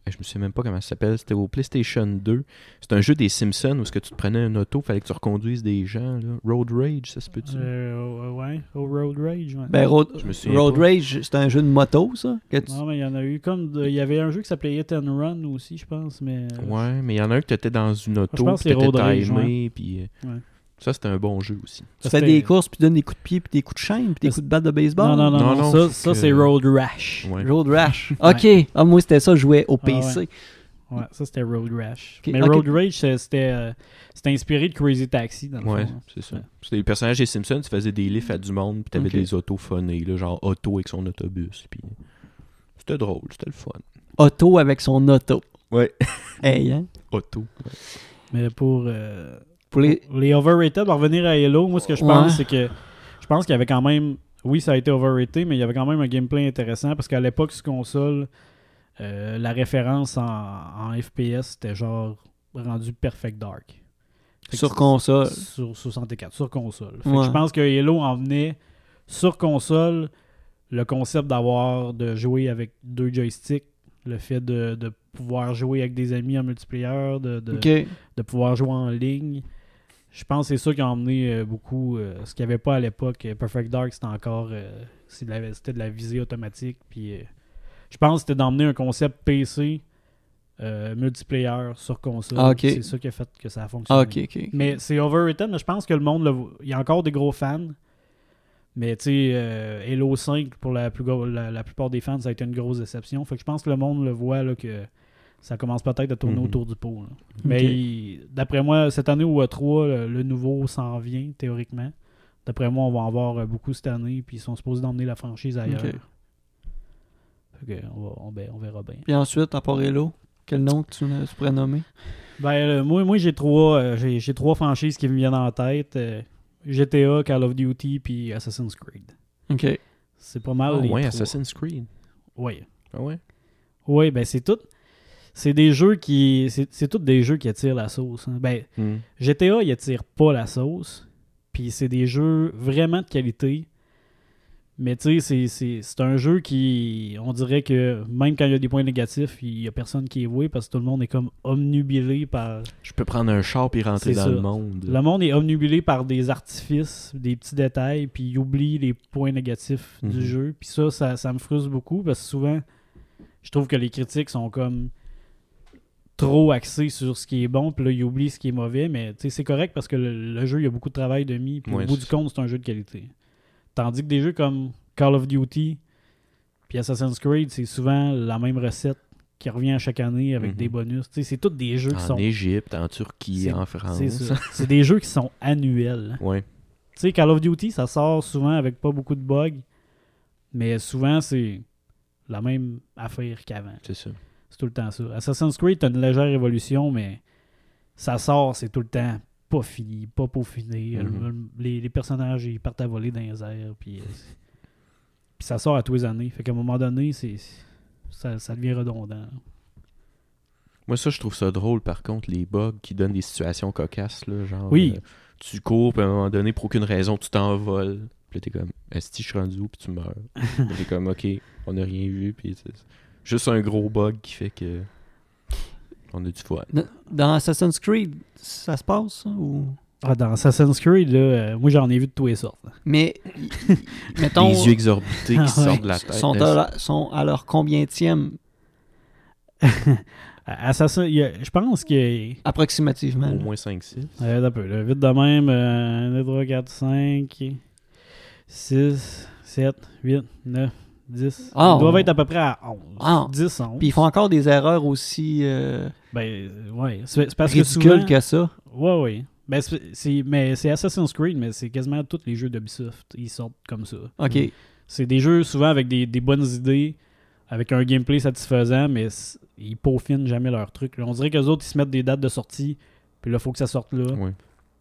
je me souviens même pas comment ça s'appelle, c'était au PlayStation 2. C'est un jeu des Simpsons où ce que tu te prenais un auto, fallait que tu reconduises des gens. là. Road Rage, ça se peut-tu? Euh, ouais, au Road Rage. ouais. Ben, Road, Je me souviens Road pas. Rage, c'est un jeu de moto, ça. que tu- Non, mais il y en a eu comme. de- Il y avait un jeu qui s'appelait Hit and Run aussi, je pense. Mais euh, Ouais, mais il y en a un que tu étais dans une Je auto, pense puis que t'étais c'est Road Rage, timé, puis euh, Ouais. ça c'était un bon jeu aussi. tu ça, fais c'était- des courses, puis tu donnes des coups de pied, puis des coups de chaîne, puis des Ça, coups de batte de baseball. Non, non, non, Non, non, non, ça, faut ça, que- c'est Road Rash. Ouais. Road Rash. OK. Ah, moi, c'était ça, je jouais au Ah ouais. PC. Ouais, ça c'était Road Rash. Ok, Mais ok. Road Rage, c'est- c'était euh, c'était inspiré de Crazy Taxi, dans le Ouais, fond. hein. c'est ça. Ouais. C'était les personnages des Simpsons, tu faisais des lifts à du monde, puis t'avais Ok. des autos funnées, là, genre auto avec son autobus, puis c'était drôle, c'était le fun. Auto avec son auto. Ouais. Hey, hein? Auto. Mais pour, euh, Pour les... pour les overrated, pour revenir à Hello, moi ce que je Ouais. pense, c'est que je pense qu'il y avait quand même. Oui, ça a été overrated, mais il y avait quand même un gameplay intéressant parce qu'à l'époque, sur console, euh, la référence en, en FPS, c'était genre rendu Perfect Dark. Fait que Sur c'est- console. Sur 64, sur console. Fait que Euh, Ouais. je pense que Halo en venait sur console le concept d'avoir de jouer avec deux joysticks, le fait de, de pouvoir jouer avec des amis en multiplayer, de, de, OK. de pouvoir jouer en ligne. Je pense que c'est ça qui a emmené euh, beaucoup euh, ce qu'il n'y avait pas à l'époque. Euh, Perfect Dark, c'était encore euh, c'est de la- c'était de, la visée automatique. Puis, euh, je pense que c'était d'emmener un concept PC euh, multiplayer sur console. Ah, ok. C'est ça qui a fait que ça a fonctionné. Ah, OK, OK. Mais c'est overrated, mais je pense que le monde, le voit. il y a encore des gros fans. Mais tu sais, euh, Halo 5, pour la, plus gros- la, la plupart des fans, ça a été une grosse déception. Fait que je pense que le monde le voit là, que ça commence peut-être à tourner Mhm. autour du pot. là. Mais Ok. il- d'après moi, cette année ou à 3, le, le nouveau s'en vient théoriquement. D'après moi, on va en voir euh, beaucoup cette année, puis ils sont supposés d'emmener la franchise ailleurs. Ok. Fait que on, va- on ben- on verra bien. Puis ensuite, à part Hello, quel nom que tu, me- tu pourrais nommer? Ben, euh, moi, moi j'ai trois, euh, j'ai, j'ai trois franchises qui me viennent en tête. euh, GTA, Call of Duty, puis Assassin's Creed. OK. C'est pas mal Ah les ouais, trois. Assassin's Creed. Ouais. Ah ouais. Ouais, ben c'est tout. C'est des jeux qui. C'est, c'est tous des jeux qui attirent la sauce. hein. Ben, GTA, il attire pas la sauce. Puis c'est des jeux vraiment de qualité. Mais tu sais, c'est, c'est, c'est un jeu qui. On dirait que même quand il y a des points négatifs, il y a personne qui est voué parce que tout le monde est comme omnubilé par. Je peux prendre un char puis rentrer C'est dans ça. le monde. Le monde est omnubilé par des artifices, des petits détails, puis il oublie les points négatifs Mhm. du jeu. Puis ça, ça, ça me frustre beaucoup parce que souvent, je trouve que les critiques sont comme trop axées sur ce qui est bon, puis là, ils oublient ce qui est mauvais. Mais tu sais, c'est correct parce que le, le jeu, il y a beaucoup de travail de mis, puis Ouais, au bout c'est du ça. compte, c'est un jeu de qualité. Tandis que des jeux comme Call of Duty, puis Assassin's Creed, c'est souvent la même recette qui revient à chaque année avec Mhm. Ah, des bonus. Tu sais, c'est tous des jeux qui En sont. Égypte, en Turquie, C'est- en France. C'est ça. C'est des jeux qui sont annuels. Ouais. Tu sais, Call of Duty, ça sort souvent avec pas beaucoup de bugs, mais souvent, c'est la même affaire qu'avant. C'est ça. C'est tout le temps ça. Assassin's Creed, t'as une légère évolution, mais ça sort, c'est tout le temps pas fini, pas peaufiné. Le- Mhm. les, les personnages, ils partent à voler dans les airs, puis, euh, c'est- puis ça sort à tous les années. Fait qu'à un moment donné, c'est ça, ça devient redondant. Moi, ça, je trouve ça drôle, par contre, les bugs qui donnent des situations cocasses, là, genre... Oui. euh, tu cours, puis à un moment donné, pour aucune raison, tu t'envoles. Puis là, t'es comme, esti, je suis rendu où, puis tu meurs. Puis t'es comme, ok, on n'a rien vu, puis c'est juste un gros bug qui fait que... On a du fun. Dans- Dans Assassin's Creed, ça se passe, ça, ou... Ah, dans Assassin's Creed, là, euh, moi, j'en ai vu de tous les sortes. Mais, y- y- mettons... Les yeux exorbités qui Ah ouais. sortent de la tête. sont, là, à, la- sont à leur combientième? Assassin, il y a- je pense que. Approximativement. Au là. moins 5-6. Euh, un peu, là. Vite de même, euh, 1, 2, 3, 4, 5, 6, 7, 8, 9, 10. Ah, Ils doivent on- être à peu près à 11. Ah. 10, 11. Puis ils font encore des erreurs aussi euh, Ben, euh, ouais. C'est c'est parce que ridicules souvent... que ça. Ouais, ouais. Ben, c'est- c'est mais c'est Assassin's Creed, mais c'est quasiment tous les jeux d'Ubisoft. Ils sortent comme ça. OK. C'est des jeux souvent avec des, des bonnes idées, avec un gameplay satisfaisant, mais c- ils peaufinent jamais leur truc. là. On dirait que les autres, ils se mettent des dates de sortie, puis là, faut que ça sorte là, Ouais.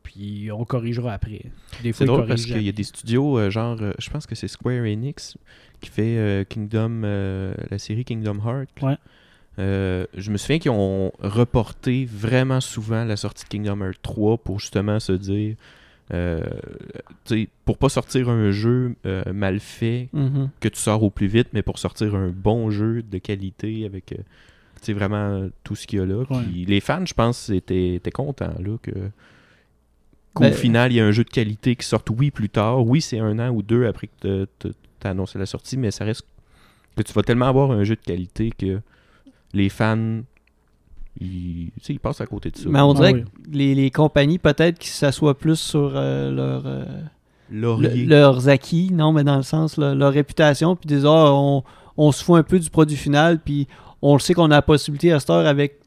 puis on corrigera après. Puis Des fois, C'est ils drôle corrigent parce qu'il y a des studios, euh, genre, euh, je pense que c'est Square Enix qui fait euh, Kingdom, euh, la série Kingdom Hearts. Ouais. Euh, je me souviens qu'ils ont reporté vraiment souvent la sortie de Kingdom Hearts 3 pour justement se dire, euh, tu sais, pour pas sortir un jeu euh, mal fait Mhm. que tu sors au plus vite, mais pour sortir un bon jeu de qualité avec euh, tu sais, vraiment euh, tout ce qu'il y a là. Ouais. Puis les fans, je pense, étaient, étaient contents là, que, qu'au Ben- final, il y a un jeu de qualité qui sort, oui, plus tard. Oui, c'est un an ou deux après que tu as annoncé la sortie, mais ça reste que tu vas tellement avoir un jeu de qualité que les fans, ils, tu sais, ils passent à côté de ça. Mais on Ah dirait oui. que Ben, les, les compagnies, peut-être, qui s'assoient plus sur euh, leur, euh, Laurier. le- leurs acquis, non, mais dans le sens, le- leur réputation, puis disent, Ah, on, on se fout un peu du produit final, puis on le sait qu'on a la possibilité à cette heure avec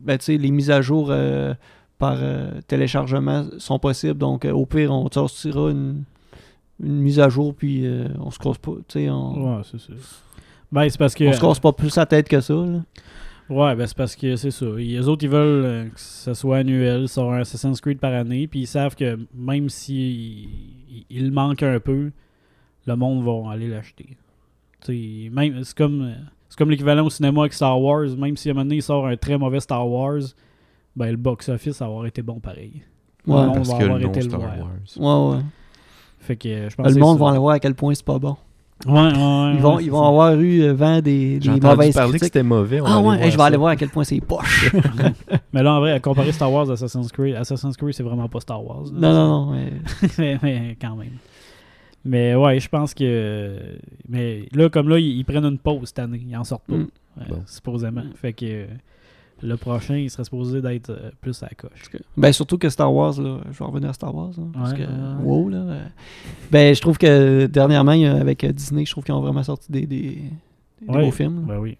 ben, tu sais, les mises à jour euh, par euh, téléchargement sont possibles. Donc, euh, au pire, on te sortira une, une mise à jour, puis euh, on se casse pas, tu sais, on, Ouais, c'est ça. Ben, c'est parce que. on se casse pas plus la tête que ça. là. Ouais, ben c'est parce que c'est ça. Les autres, ils veulent euh, que ce soit annuel, ils sortent un Assassin's Creed par année, puis ils savent que même si il, il manque un peu, le monde va aller l'acheter. Tu sais, même c'est comme euh, c'est comme l'équivalent au cinéma avec Star Wars, même si à un moment donné, il sort un très mauvais Star Wars, ben le box office va avoir été bon pareil. Ouais. Le monde Parce va que avoir le nom été le Star voir. Wars. Ouais, ouais. Fait que euh, je pense Le que monde c'est va aller voir à quel point c'est pas bon. ça. Ouais, ouais, Ils vont, ouais, ils c'est vont ça. avoir eu euh, vent des, des J'ai entendu mauvaises parler que critiques. c'était mauvais. on va Ah ouais, hey, je vais voir aller ça. voir à quel point c'est poche. Mais là en vrai, à comparer Star Wars à Assassin's Creed, Assassin's Creed c'est vraiment pas Star Wars. non, là. non, non. mais- mais, mais quand même. Mais ouais, je pense que. Mais là, comme là, ils, ils prennent une pause cette année. Ils en sortent pas, Mm. euh, Bon. supposément. Fait que euh, le prochain, il serait supposé d'être euh, plus à la coche. Ben, surtout que Star Wars, là, je vais revenir à Star Wars. hein, parce Ouais, que, ouais, ouais. wow, là. euh, Ben, je trouve que dernièrement, il y a- avec euh, Disney, je trouve qu'ils ont vraiment sorti des, des, des Ouais. beaux films. là. Ben oui.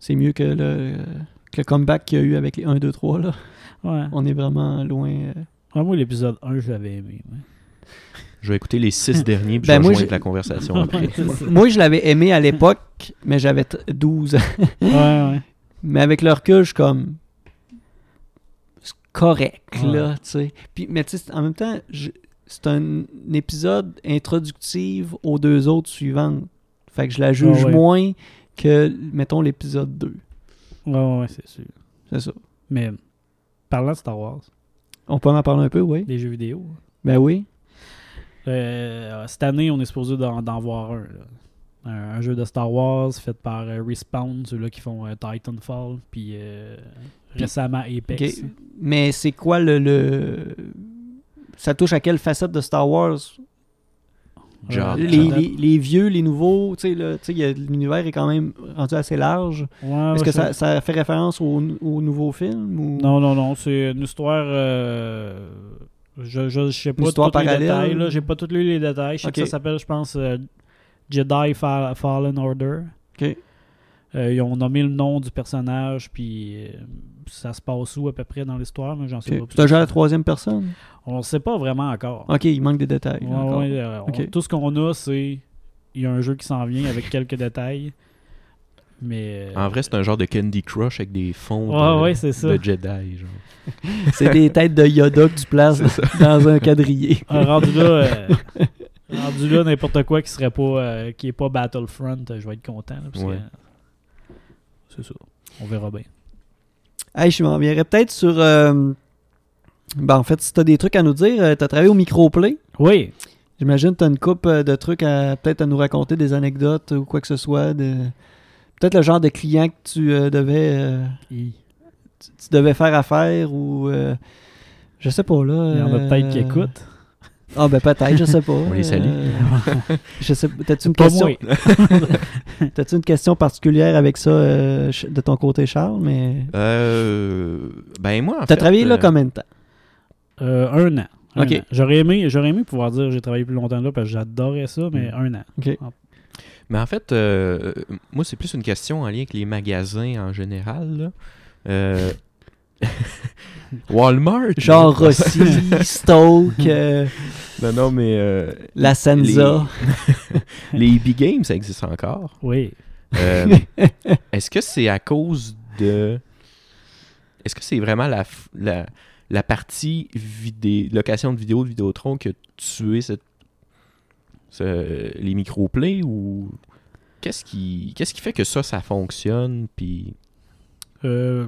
C'est mieux que le, que le comeback qu'il y a eu avec les 1, 2, 3. Là. Ouais. On est vraiment loin. euh. Ouais, moi, l'épisode 1, je l'avais aimé. ouais. Je vais écouter les six derniers, puis Ben, je moi, vais rejoindre j'ai- la conversation après. Moi, je l'avais aimé à l'époque, mais j'avais t- 12 ans. ouais, ouais. Mais avec le recul, je suis comme. C'est correct, Ouais. là, tu sais. Puis, mais tu sais, en même temps, je- c'est un épisode introductif aux deux autres suivantes. Fait que je la juge Ah ouais. moins que, mettons, l'épisode 2. Ouais, ouais, ouais, c'est sûr. C'est ça. Mais parlant de Star Wars, On peut en parler un peu, oui. des jeux vidéo, Ben oui. euh, cette année, on est supposé d'en d'en voir un. là. Un, un jeu de Star Wars fait par euh, Respawn, ceux-là qui font euh, Titanfall, puis euh, Puis- récemment Apex. Ok. Mais c'est quoi le, le- Ça touche à quelle facette de Star Wars Genre, Ah, Euh, les, genre. les- les vieux, les nouveaux, tu sais, là, tu sais, il y a- l'univers est quand même rendu assez large. Ouais, Est-ce Ah, ouais, que ça, ça fait référence au, au nouveau film ou... Non, non, non, c'est une histoire... euh, Je, je, je sais pas Une tous histoire les parallèle? détails, là. J'ai pas tous lu les détails. Je sais Ok. que ça s'appelle, je pense, euh, Jedi Fa- Fallen Order. Ok. Euh, ils ont nommé le nom du personnage, puis euh, ça se passe où à peu près dans l'histoire, mais j'en sais Ok. pas plus. C'est un jeu à la troisième personne? On ne sait pas vraiment encore. Ok, il manque des détails. Ouais, là, encore. ouais, euh, on- Ok. tout ce qu'on a, c'est il y a un jeu qui s'en vient avec quelques détails, mais euh, En vrai, c'est un genre de Candy Crush avec des fonds Ouais, de, ouais, c'est ça. de Jedi. Genre. C'est des têtes de Yoda que tu places dans un quadrillé. ah, rendu là, euh, rendu là, n'importe quoi qui serait pas, euh, qui est pas Battlefront, euh, je vais être content. là, parce que- Ouais. c'est ça. On verra bien. Hey, je m'en reviendrai peut-être sur. euh, Ben, en fait, si t'as des trucs à nous dire, euh, t'as travaillé au microplay. Oui. J'imagine que t'as une coupe euh, de trucs à peut-être à nous raconter, des anecdotes ou quoi que ce soit. de- Peut-être le genre de client que tu euh, devais euh, Il tu, tu devais faire affaire ou. euh, Je sais pas, là. y en a peut-être qui euh, écoutent. Ah, ben peut-être, je sais pas. On les salue. Euh, je sais T'as-tu une Pas question? moi. T'as-tu une question particulière avec ça euh, ch- de ton côté, Charles? Mais... Euh, ben moi, en T'as fait, travaillé là euh, combien de temps? Euh, un an. Un Ok. an. J'aurais aimé, j'aurais aimé pouvoir dire j'ai travaillé plus longtemps là parce que j'adorais ça, mais Mm. un an. Mais en fait, euh, moi, c'est plus une question en lien avec les magasins en général. là. Euh, Walmart. Genre là. Rossi, Stoke, euh, Non, non, mais. euh, La Senza. les big games, ça existe encore. Oui. Euh, Est-ce que c'est à cause de. Est-ce que c'est vraiment la, f- la, la partie vidé- location de vidéos de Vidéotron qui a tué cette, ce- les microplays ou. Qu'est-ce qui, qu'est-ce qui fait que ça, ça fonctionne? Puis. Euh,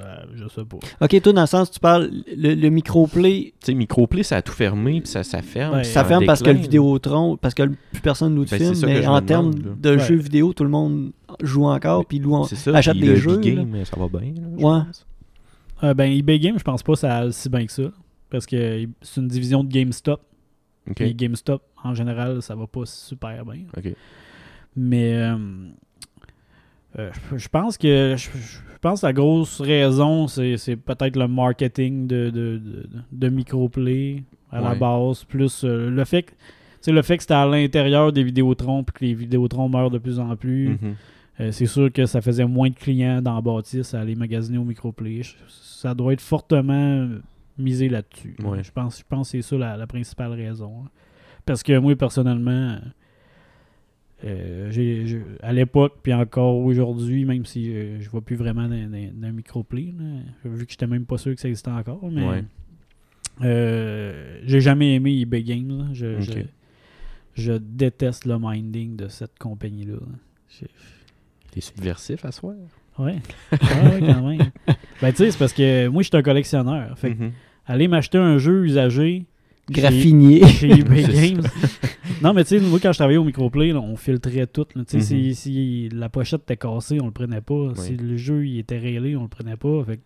euh, je sais pas. Ok, toi, dans le sens, tu parles, le, le microplay, Tu sais, Microplay, ça a tout fermé, puis ça, ça ferme. Ouais. puis ça c'est en ferme parce que déclin, le Vidéotron, parce que plus personne nous Ben, c'est filme, ça que mais je en me termes demande, de Ouais. jeux vidéo, tout le monde joue encore, puis loue en- C'est ça, achète puis des le jeux, big game, ça va bien. là, je Ouais. pense. Euh, ben, eBay Game, je pense pas que ça a si bien que ça. Parce que c'est une division de GameStop. OK. Puis GameStop, en général, ça va pas super bien. OK. Mais euh, euh, je- je pense que je, je pense que la grosse raison, c'est c'est peut-être le marketing de, de, de, de microplay à la Ouais. base, plus euh, le fait que tu sais, le fait que c'était à l'intérieur des vidéotrons puis que les vidéotrons meurent de plus en plus, Mhm. euh, c'est sûr que ça faisait moins de clients dans la bâtisse à aller magasiner au microplay. Je- Ça doit être fortement misé là-dessus. Ouais. Je pense, je pense que c'est ça la, la principale raison. hein. Parce que moi, personnellement, euh, j'ai, j'ai- à l'époque, puis encore aujourd'hui, même si euh, je vois plus vraiment d'un, d'un, d'un microplay, là, vu que j'étais même pas sûr que ça existait encore, mais Ouais. euh, j'ai jamais aimé eBay Games. là. Je, je- Ok. je déteste le minding de cette compagnie-là. là. J'ai- T'es subversif à soir. Ouais. Ah ouais, quand même. Ben, tu sais, c'est parce que moi, je suis un collectionneur. Fait que Mhm. aller m'acheter un jeu usagé chez- graffinier. chez eBay C'est ça. Games. non, mais tu sais, moi, quand je travaillais au Microplay, là, on filtrait tout. là. Tu sais, Mhm. si, si la pochette était cassée, on le prenait pas. Si le jeu il était rayé, on le prenait pas. Fait que-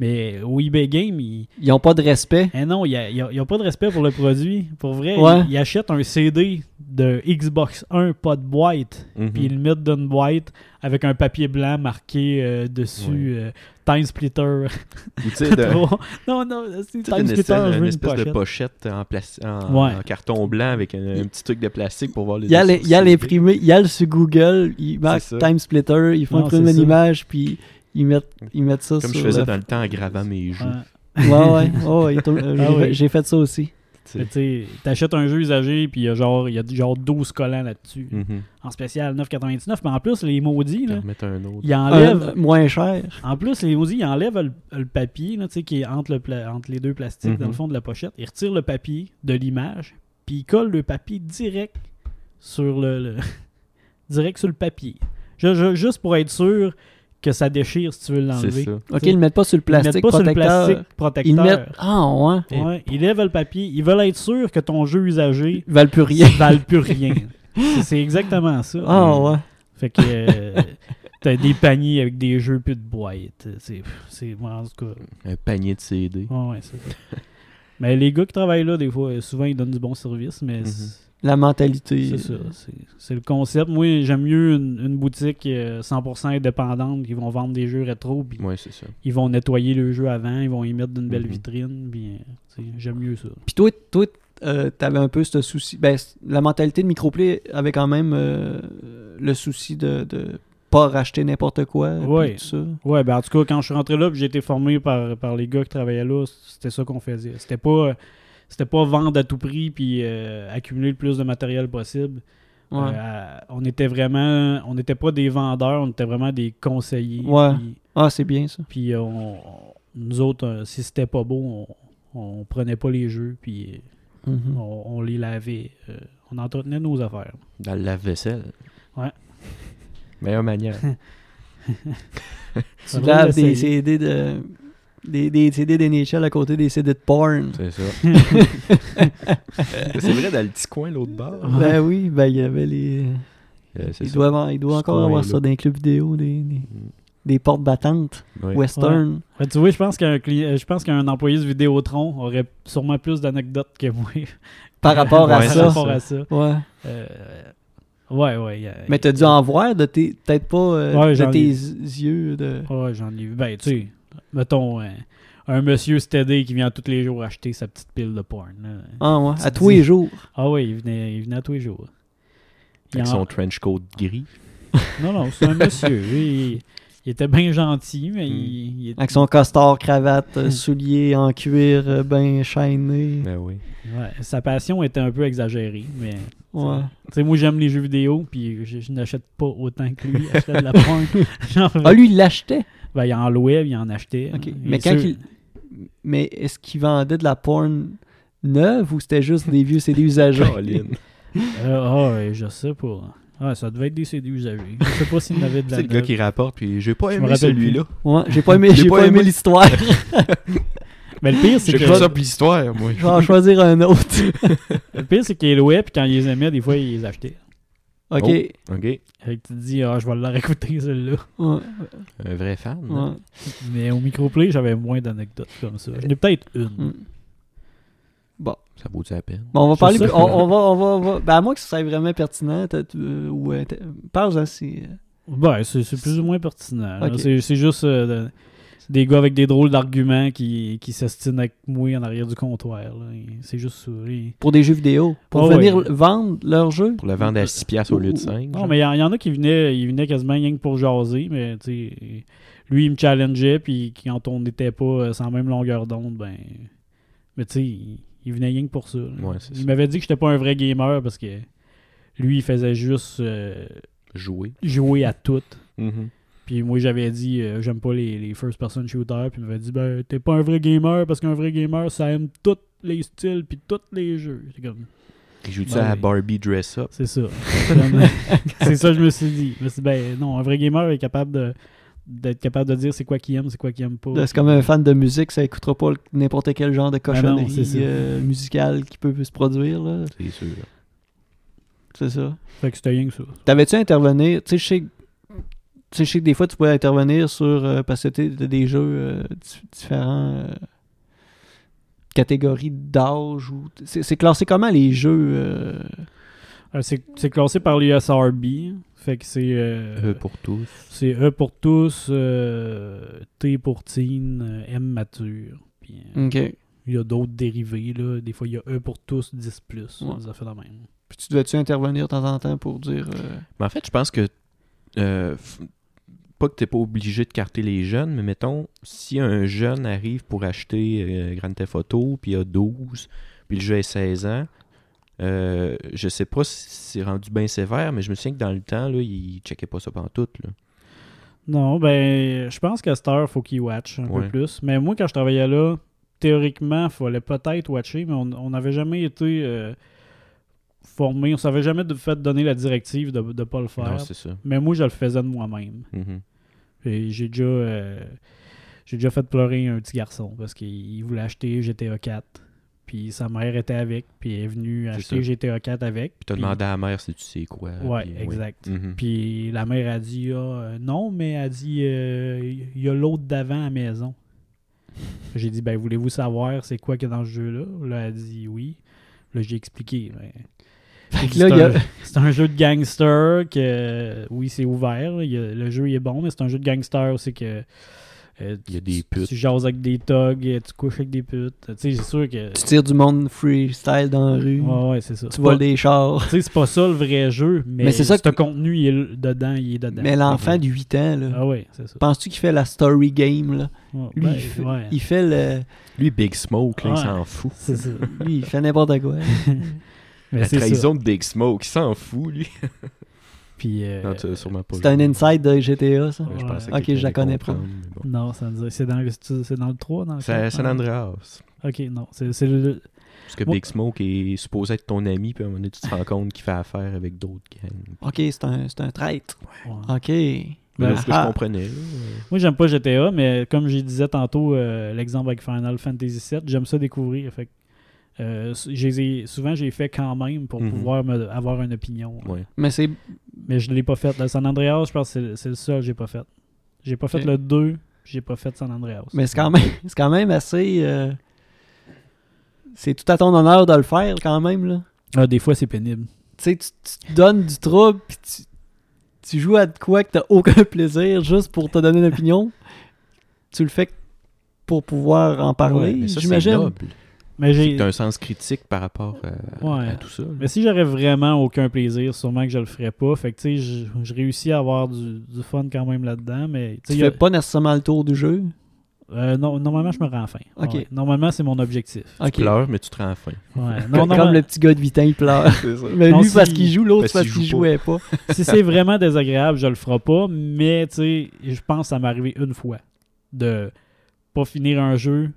Mais au eBay Games, il... Ils n'ont pas de respect. eh non, il n'y a, il y a- il y a pas de respect pour le produit. Pour vrai, Ouais. il, il achète un CD de Xbox 1, pas de boîte Mhm. puis ils le mettent dans une boîte avec un papier blanc marqué euh, dessus euh, Time Splitter. Ou tu sais, de- Trois. non, non, c'est tu sais, Time une Splitter, espèce, je une veux une espèce de pochette. pochette en, plas- en- Ouais. en carton blanc avec un, un petit truc de plastique pour voir les Il y a les- il y a dessous. l'imprimé, il y a le sur Google, ils marquent ça. Time Splitter, ils font Non, imprimer c'est une ça. image, puis ils mettent, ils mettent ça Comme sur je faisais le- dans le temps en gravant mes jeux. Ouais. Ouais, ouais, ouais, ouais, ils tournent- euh, Ah j'ai- oui. j'ai fait ça aussi. tu sais. Mais tu sais, t'achètes un jeu usagé, puis il y a genre, il y a genre 12 collants là-dessus. Mhm. En spécial 9,99, mais en plus, les maudits, Je vais là, en remettre un autre. ils enlèvent. Un- moins cher. En plus, les maudits, ils enlèvent le, le papier là, tu sais, qui est entre, le pla- entre les deux plastiques dans le Mhm. fond de la pochette. Ils retirent le papier de l'image, puis ils collent le papier direct sur le, le- direct sur le papier. Ju- ju- juste pour être sûr que ça déchire si tu veux C'est l'enlever. ça. Ok, ils ne mettent pas sur le Ils plastique mettent pas sur le protecteur. plastique protecteur. ils mettent. Ah, ouais. Ouais, ils lèvent le papier. Ils veulent être sûrs que ton jeu usagé Ils valent plus ne rien. valent plus rien. C'est- C'est exactement ça. Ah, ouais. Fait que euh, t'as des paniers avec des jeux plus de boîte. C'est, c'est, moi, en tout cas, Un panier de CD. Ah ouais, ouais, c'est ça. Mais les gars qui travaillent là, des fois, euh, souvent, ils donnent du bon service, mais Mhm. c'est- La mentalité. c'est ça. C'est, c'est le concept. Moi, j'aime mieux une, une boutique euh, 100% indépendante qui vont vendre des jeux rétro, puis Ouais, c'est ça. ils vont nettoyer le jeu avant, ils vont y mettre d'une belle Mhm. vitrine, puis euh, tu sais, j'aime mieux ça. Puis toi, toi euh, t'avais un peu ce souci. Ben, c- la mentalité de Microplay avait quand même euh, le souci de, de pas racheter n'importe quoi. puis Ouais. tout ça. Ouais, ben en tout cas, quand je suis rentré là, puis j'ai été formé par, par les gars qui travaillaient là, c'était ça qu'on faisait. C'était pas euh, c'était pas vendre à tout prix puis euh, accumuler le plus de matériel possible. Ouais. Euh, on était vraiment on n'était pas des vendeurs, on était vraiment des conseillers. Ouais. Puis, Ah, c'est bien ça. puis, euh, on, on- nous autres euh, si c'était pas beau, on, on prenait pas les jeux puis euh, Mhm. on, on les lavait, Euh, on entretenait nos affaires. Dans le lave-vaisselle. Ouais. Meilleure manière. Tu laves des CD de. Des, des CD d'NHL à côté des CD de porn. C'est ça. c'est vrai, dans le petit coin, l'autre Ah, bord. Ben oui, ben il y avait les. Euh, c'est Il ça. doit, avoir- il doit Ce encore avoir coin-là. ça dans les clubs vidéo, des, des, des portes battantes, Ouais. western. Ouais, tu vois, je pense qu'un cli- euh, je pense qu'un employé de Vidéotron aurait sûrement plus d'anecdotes que moi par rapport à Ouais, c'est par ça. ça. rapport à ça. Ouais. Euh, ouais, ouais. y a- Mais t'as dû en voir de tes. Peut-être pas euh, Ouais, de j'en ai tes vu. yeux. De... Ouais, j'en ai vu. Ben, tu sais, mettons, euh, un monsieur stédé qui vient tous les jours acheter sa petite pile de porn. là. Ah ouais, Tu à te tous les dis- jours. Ah oui, il venait, il venait à tous les jours. Il Avec en- son trench coat gris. Non, non, c'est un monsieur. oui, il, il était bien gentil, mais Hmm. il, il était- Avec son costard, cravate, Hmm. euh, souliers en cuir, euh, ben chaîné. Ben oui. ouais, sa passion était un peu exagérée, mais... Ouais. Tu sais, moi, j'aime les jeux vidéo, puis je, je n'achète pas autant que lui. Acheter de la porn. Genre, Ah, lui, il l'achetait. ben, il en louait, il en achetait. Ok. Et Mais quand sûr- il- Mais est-ce qu'il vendait de la porn neuve ou c'était juste des vieux CD usagés? Caroline. Euh, ah, ouais, je sais pas. Ah, ça devait être des CD usagés. Je sais pas s'il en avait de la C'est le gars neuve. qui rapporte, puis j'ai pas Je me aimé rappelle celui-là. Ouais, j'ai pas aimé, J'ai j'ai pas pas aimé. aimé l'histoire. Mais le pire, c'est J'ai que... Ah, pas ça pour l'histoire, moi. Je vais en choisir un autre. Le pire, c'est qu'il les louait, puis quand il les aimait, des fois, il les achetait. Ok. OK. Fait que tu te dis, ah, je vais le réécouter, celui-là. Ouais, Un vrai fan. ouais. hein? Mais au microplay, j'avais moins d'anecdotes comme ça. J'en ai peut-être une. Mm. Bon. Ça vaut la peine? Bon, on va Je parler. sais plus- pas. On, on va, on va, on va- Ben, à moins que ce soit vraiment pertinent, t'as- tu- euh, ou euh, t'as- parle hein, si. euh, Ben, c'est c'est plus ou moins pertinent. là. Ok. C'est c'est juste euh, de- des gars avec des drôles d'arguments qui, qui s'estinent avec moi en arrière du comptoir. là. C'est juste ça. Et- Pour des jeux vidéo, pour Ah venir ouais. vendre leur jeu. Pour le vendre à 6 piastres au lieu de 5. Non, mais il y, en- il y en a qui venaient, ils venaient quasiment rien que pour jaser, mais tu sais, lui, il me challengeait, puis quand on n'était pas euh, sans même longueur d'onde, ben. Mais tu sais, il, il venait rien que pour ça. là. Ouais, c'est ça. il m'avait dit que j'étais pas un vrai gamer parce que lui, il faisait juste euh, Jouer. jouer à tout. Mm-hmm. Puis moi, j'avais dit, euh, j'aime pas les, les first-person shooters. Puis il m'avait dit, ben, t'es pas un vrai gamer parce qu'un vrai gamer, ça aime tous les styles puis tous les jeux. C'est comme, Il joue Ben ça à oui. Barbie Dress Up. c'est ça. C'est comme- c'est ça, que je me suis dit. Je me suis dit, ben, non, un vrai gamer est capable de d'être capable de dire c'est quoi qu'il aime, c'est quoi qu'il aime pas. Là, Euh, C'est comme un fan de musique, ça écoutera pas le- n'importe quel genre de non, c'est cochonnerie ça. euh, musicale qui peut se produire. là. C'est sûr. C'est ça. Fait que c'était rien que ça. T'avais-tu intervenu, tu sais, je sais que- tu sais, je sais que des fois tu pouvais intervenir sur, euh, parce que c'était des jeux euh, di- différents, euh, catégories d'âge, ou c'est c'est classé comment les jeux euh, Alors, c'est c'est classé par l'USRB. Fait que c'est euh, Eux pour tous. c'est E pour tous, euh, T pour teen, euh, M mature. Puis, Mm. euh, Ok. Il y a d'autres dérivés, là. Des fois, il y a E pour tous, 10 plus. Ouais. Ça fait la même. Puis tu devais-tu intervenir de temps en temps pour dire. euh, Mais en fait, je pense que. euh, f- pas que t'es pas obligé de carter les jeunes, mais mettons, si un jeune arrive pour acheter euh, Grand Theft Auto, puis il a 12, puis le jeu a 16 ans, euh, je sais pas si c'est rendu bien sévère, mais je me souviens que dans le temps, là, il checkait pas ça pantoute. Là. Non, ben, je pense qu'à cette heure, faut qu'il watch un Ouais. peu plus. Mais moi, quand je travaillais là, théoriquement, il fallait peut-être watcher, mais on on n'avait jamais été euh, formé. On savait jamais de fait donner la directive de ne pas le faire. Non, c'est ça. mais moi, je le faisais de moi-même. Mhm. Et J'ai déjà, euh, j'ai déjà fait pleurer un petit garçon parce qu'il voulait acheter GTA 4. Puis sa mère était avec, puis elle est venue C'est acheter ça. GTA 4 avec. Puis t'as demandé à la mère si tu sais quoi. Ouais, puis oui. exact. Mhm. Puis la mère a dit ah, euh, non, mais elle a dit euh, il y a l'autre d'avant à la maison. J'ai dit ben voulez-vous savoir c'est quoi qu'il y a dans ce jeu-là Là, elle a dit oui. Là, j'ai expliqué. mais- J'ai dit, là, C'est il y a- un- c'est un, jeu de gangster que euh, oui, c'est ouvert. là, il y a- le jeu il est bon, mais c'est un jeu de gangster aussi que euh, Il y a tu- des tu- putes. Tu jases avec des thugs, euh, tu couches avec des putes. Tu sais, c'est sûr que Tu tires du monde freestyle dans la rue, Ouais, ouais, c'est ça. tu voles des chars. Tu sais, c'est pas ça le vrai jeu, mais, Mais c'est ça ce que- contenu, il est l- dedans, il est dedans. Mais l'enfant de 8 ans, là, Ah oui, c'est ça. penses-tu qu'il fait la story game là? Ouais, Lui, ben, il, fait, ouais, il fait le. Lui, Big Smoke, là, il Ouais. s'en fout. c'est ça. Lui, il fait n'importe quoi. Mais La Ben, c'est ça. trahison de Big Smoke, il s'en fout, lui. Puis, euh, Non, t'as sûrement pas C'est joué. un inside de GTA, ça. Ouais, je Ouais. pensais que Ok, quelqu'un je la allait connais comprendre, mais bon. non, ça me dirait- c'est dans, le- c'est dans le 3, dans le C'est à 4, Ah. San hein? Andreas. Ok, non. C'est c'est le. Parce que Moi- Big Smoke est supposé être ton ami, puis à un moment donné, tu te rends compte qu'il fait affaire avec d'autres gangs. Ok, c'est un, c'est un traître. ouais. Ok. Mais Ben, là, ce que ah. je comprenais. là, Moi, j'aime pas GTA, mais comme je disais tantôt, euh, l'exemple avec Final Fantasy VII, j'aime ça découvrir. Fait que, euh, je les ai- souvent, j'ai fait quand même pour Mhm. pouvoir me, avoir une opinion. Ah euh, ouais. Mais c'est. Mais je l'ai pas fait. Le San Andreas, je pense que c'est le- c'est le seul que j'ai pas fait. J'ai pas fait Ok. le 2, j'ai pas fait San Andreas. Mais c'est quand même, c'est quand même assez. euh, c'est tout à ton honneur de le faire quand même. Là. Ah, des fois, c'est pénible. Tu sais, tu tu te donnes du trouble, puis tu, tu joues à de quoi que t'as aucun plaisir juste pour te donner une opinion. tu le fais pour pouvoir en parler, Ouais, mais ça, c'est j'imagine. noble. Mais j'ai. T'as un sens critique par rapport à, Ouais. à tout ça. là. Mais si j'aurais vraiment aucun plaisir, sûrement que je le ferais pas. Fait que tu sais, je, je réussis à avoir du, du fun quand même là-dedans, mais Tu sais, y a- fais pas nécessairement le tour du jeu. euh, non, normalement je me rends à la fin. Ok. Ouais. Normalement c'est mon objectif. Ok. Tu pleures, mais tu te rends faim. Ouais. Non, Comme, normal- comme le petit gars de Vitin, il pleure. C'est ça. Mais Non, lui, si- parce qu'il joue, l'autre, parce parce qu'il qu'il joue jouait pas. si c'est vraiment désagréable, je le ferai pas, mais tu sais, je pense que ça m'est arrivé une fois de pas finir un jeu,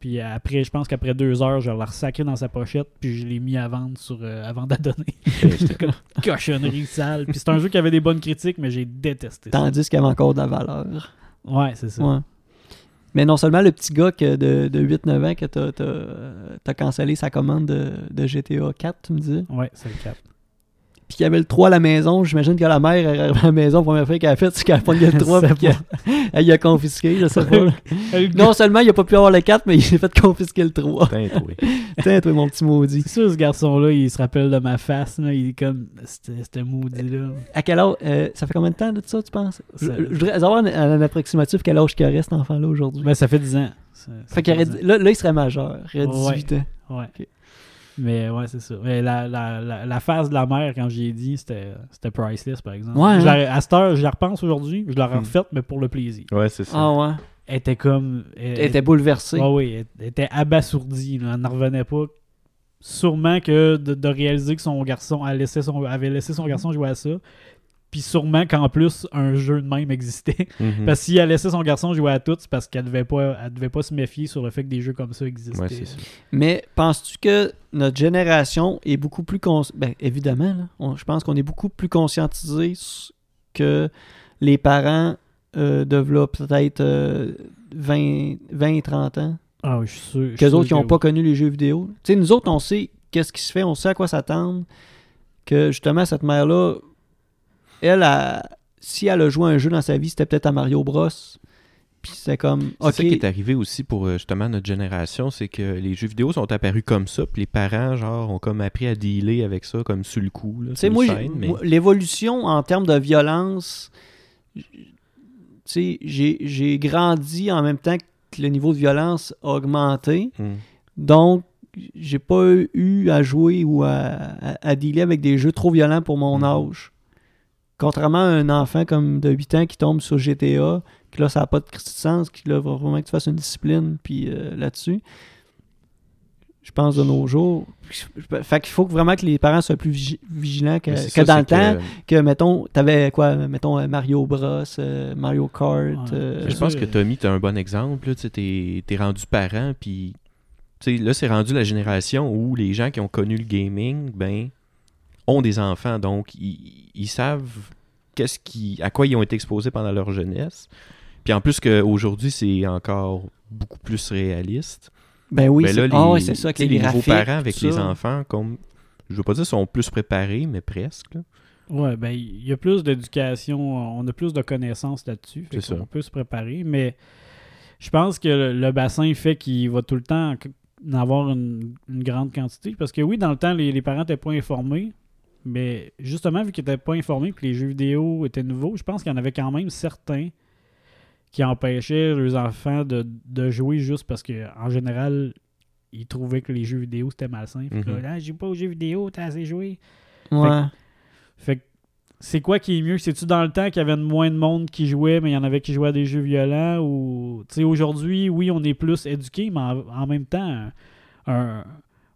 puis après, je pense qu'après deux heures, je l'ai ressacré dans sa pochette, puis je l'ai mis à vendre sur euh, avant de la donner. J'étais comme cochonnerie sale. Puis c'est un jeu qui avait des bonnes critiques, mais j'ai détesté ça. Tandis qu'il avait encore de la valeur. Ouais, c'est ça. Ouais. Mais non seulement le petit gars que de, de 8-9 ans que t'as- t'as euh, t'as cancellé sa commande de, de GTA 4, tu me dis. Ouais, c'est le cap. Puis qu'il y avait le 3 à la maison. J'imagine que la mère elle est arrivée à la maison, la première fois qu'elle a fait, c'est qu'elle a pogné le 3 C'est puis qu'elle elle y a confisqué, je sais pas. là. Non, Euh, non seulement il a pas pu avoir le 4, mais il s'est fait confisquer le 3. Putain, toi. Putain, toi, mon petit maudit. c'est sûr, ce garçon-là, il se rappelle de ma face. Là. Il est comme, c'était c'était maudit-là. À quel âge, euh, ça fait combien de temps de ça, tu penses? Je, Ça- je voudrais avoir un, un approximatif quel âge qu'il aurait cet enfant-là aujourd'hui. Ben, ça fait 10 ans. Ça- ça Fait qu'il aurait 10 ans. dit- là, là, il serait majeur. Il aurait Ouais. 18 ans. Ouais. Ok. Mais ouais, c'est ça. Mais la, la, la, la phase de la mère, quand j'y ai dit, c'était c'était priceless, par exemple. Ouais, Je hein? la- à cette heure, je la repense aujourd'hui, je l'aurais Hmm. refaite, mais pour le plaisir. Ouais, c'est ça. Ah ouais. Elle était comme. Elle, Elle était bouleversée. ouais, oui, elle, elle était abasourdie. là. Elle n'en revenait pas. Sûrement que de, de réaliser que son garçon elle laissé son, avait laissé son garçon jouer à ça. Puis sûrement qu'en plus, un jeu de même existait. Hmm. Mhm. Parce que si elle laissait son garçon jouer à tout, c'est parce qu'elle devait pas, elle devait pas se méfier sur le fait que des jeux comme ça existaient. Ouais, c'est ça. Mais penses-tu que notre génération est beaucoup plus cons... ben, évidemment, là, on- je pense qu'on est beaucoup plus conscientisé que les parents euh, développent peut-être euh, 20-30 ans. Ah, oui, je suis sûr. je suis Qu'eux sûr autres qui que n'ont oui. pas connu les jeux vidéo. Tu sais, nous autres, on sait qu'est-ce qui se fait, on sait à quoi s'attendre. Que justement, cette mère-là, elle, a, si elle a joué à un jeu dans sa vie, c'était peut-être à Mario Bros. Puis c'est comme, C'est ok, ça qui est arrivé aussi pour euh, justement notre génération, c'est que les jeux vidéo sont apparus comme ça, puis les parents, genre, ont comme appris à dealer avec ça, comme sur le coup. Là, Tu sais, sur le moi, j'ai- scène, mais- moi, l'évolution en termes de violence, j- tu sais, j'ai j'ai grandi en même temps que le niveau de violence a augmenté. Mm. Donc, j'ai pas eu à jouer ou à, à, à dealer avec des jeux trop violents pour mon Mhm. âge. Contrairement à un enfant comme de 8 ans qui tombe sur GTA, que là, ça n'a pas de Christi de sens, qu'il là, va vraiment que tu fasses une discipline puis euh, là-dessus. Je pense de nos jours. Fait qu'il faut que vraiment que les parents soient plus vigi- vigilants que, Mais c'est que ça, dans le c'est temps. que, Que, mettons, t'avais quoi Mettons euh, Mario Bros, euh, Mario Kart. Ouais. euh, Je Euh, pense oui. que Tommy, t'as un bon exemple. là, Tu sais, t'es t'es rendu parent, puis tu sais, là, c'est rendu la génération où les gens qui ont connu le gaming, ben, ont des enfants. Donc, ils, ils savent qu'est-ce qui, à quoi ils ont été exposés pendant leur jeunesse. Puis en plus qu'aujourd'hui, c'est encore beaucoup plus réaliste. ben oui, Ben c'est là, ah les- ouais, c'est ça. avec tu sais, les nouveaux graphiques, parents avec tout les ça. enfants, comme, je veux pas dire sont plus préparés, mais presque. là. Ouais, ben il y a plus d'éducation, on a plus de connaissances là-dessus, fait C'est qu'on ça. peut se préparer, mais je pense que le, le bassin fait qu'il va tout le temps en avoir une, une grande quantité, parce que oui, dans le temps, les, les parents n'étaient pas informés, mais justement, vu qu'ils n'étaient pas informés que les jeux vidéo étaient nouveaux, je pense qu'il y en avait quand même certains qui empêchaient leurs enfants de, de jouer juste parce que en général, ils trouvaient que les jeux vidéo c'était malsain. Fait que, Mhm. Ah, je joue pas aux jeux vidéo, t'as assez joué. Ouais. Fait que c'est quoi qui est mieux? C'est-tu dans le temps qu'il y avait moins de monde qui jouait, mais il y en avait qui jouaient à des jeux violents? Ou, tu sais, aujourd'hui, oui, on est plus éduqué, mais en, en même temps, un, un-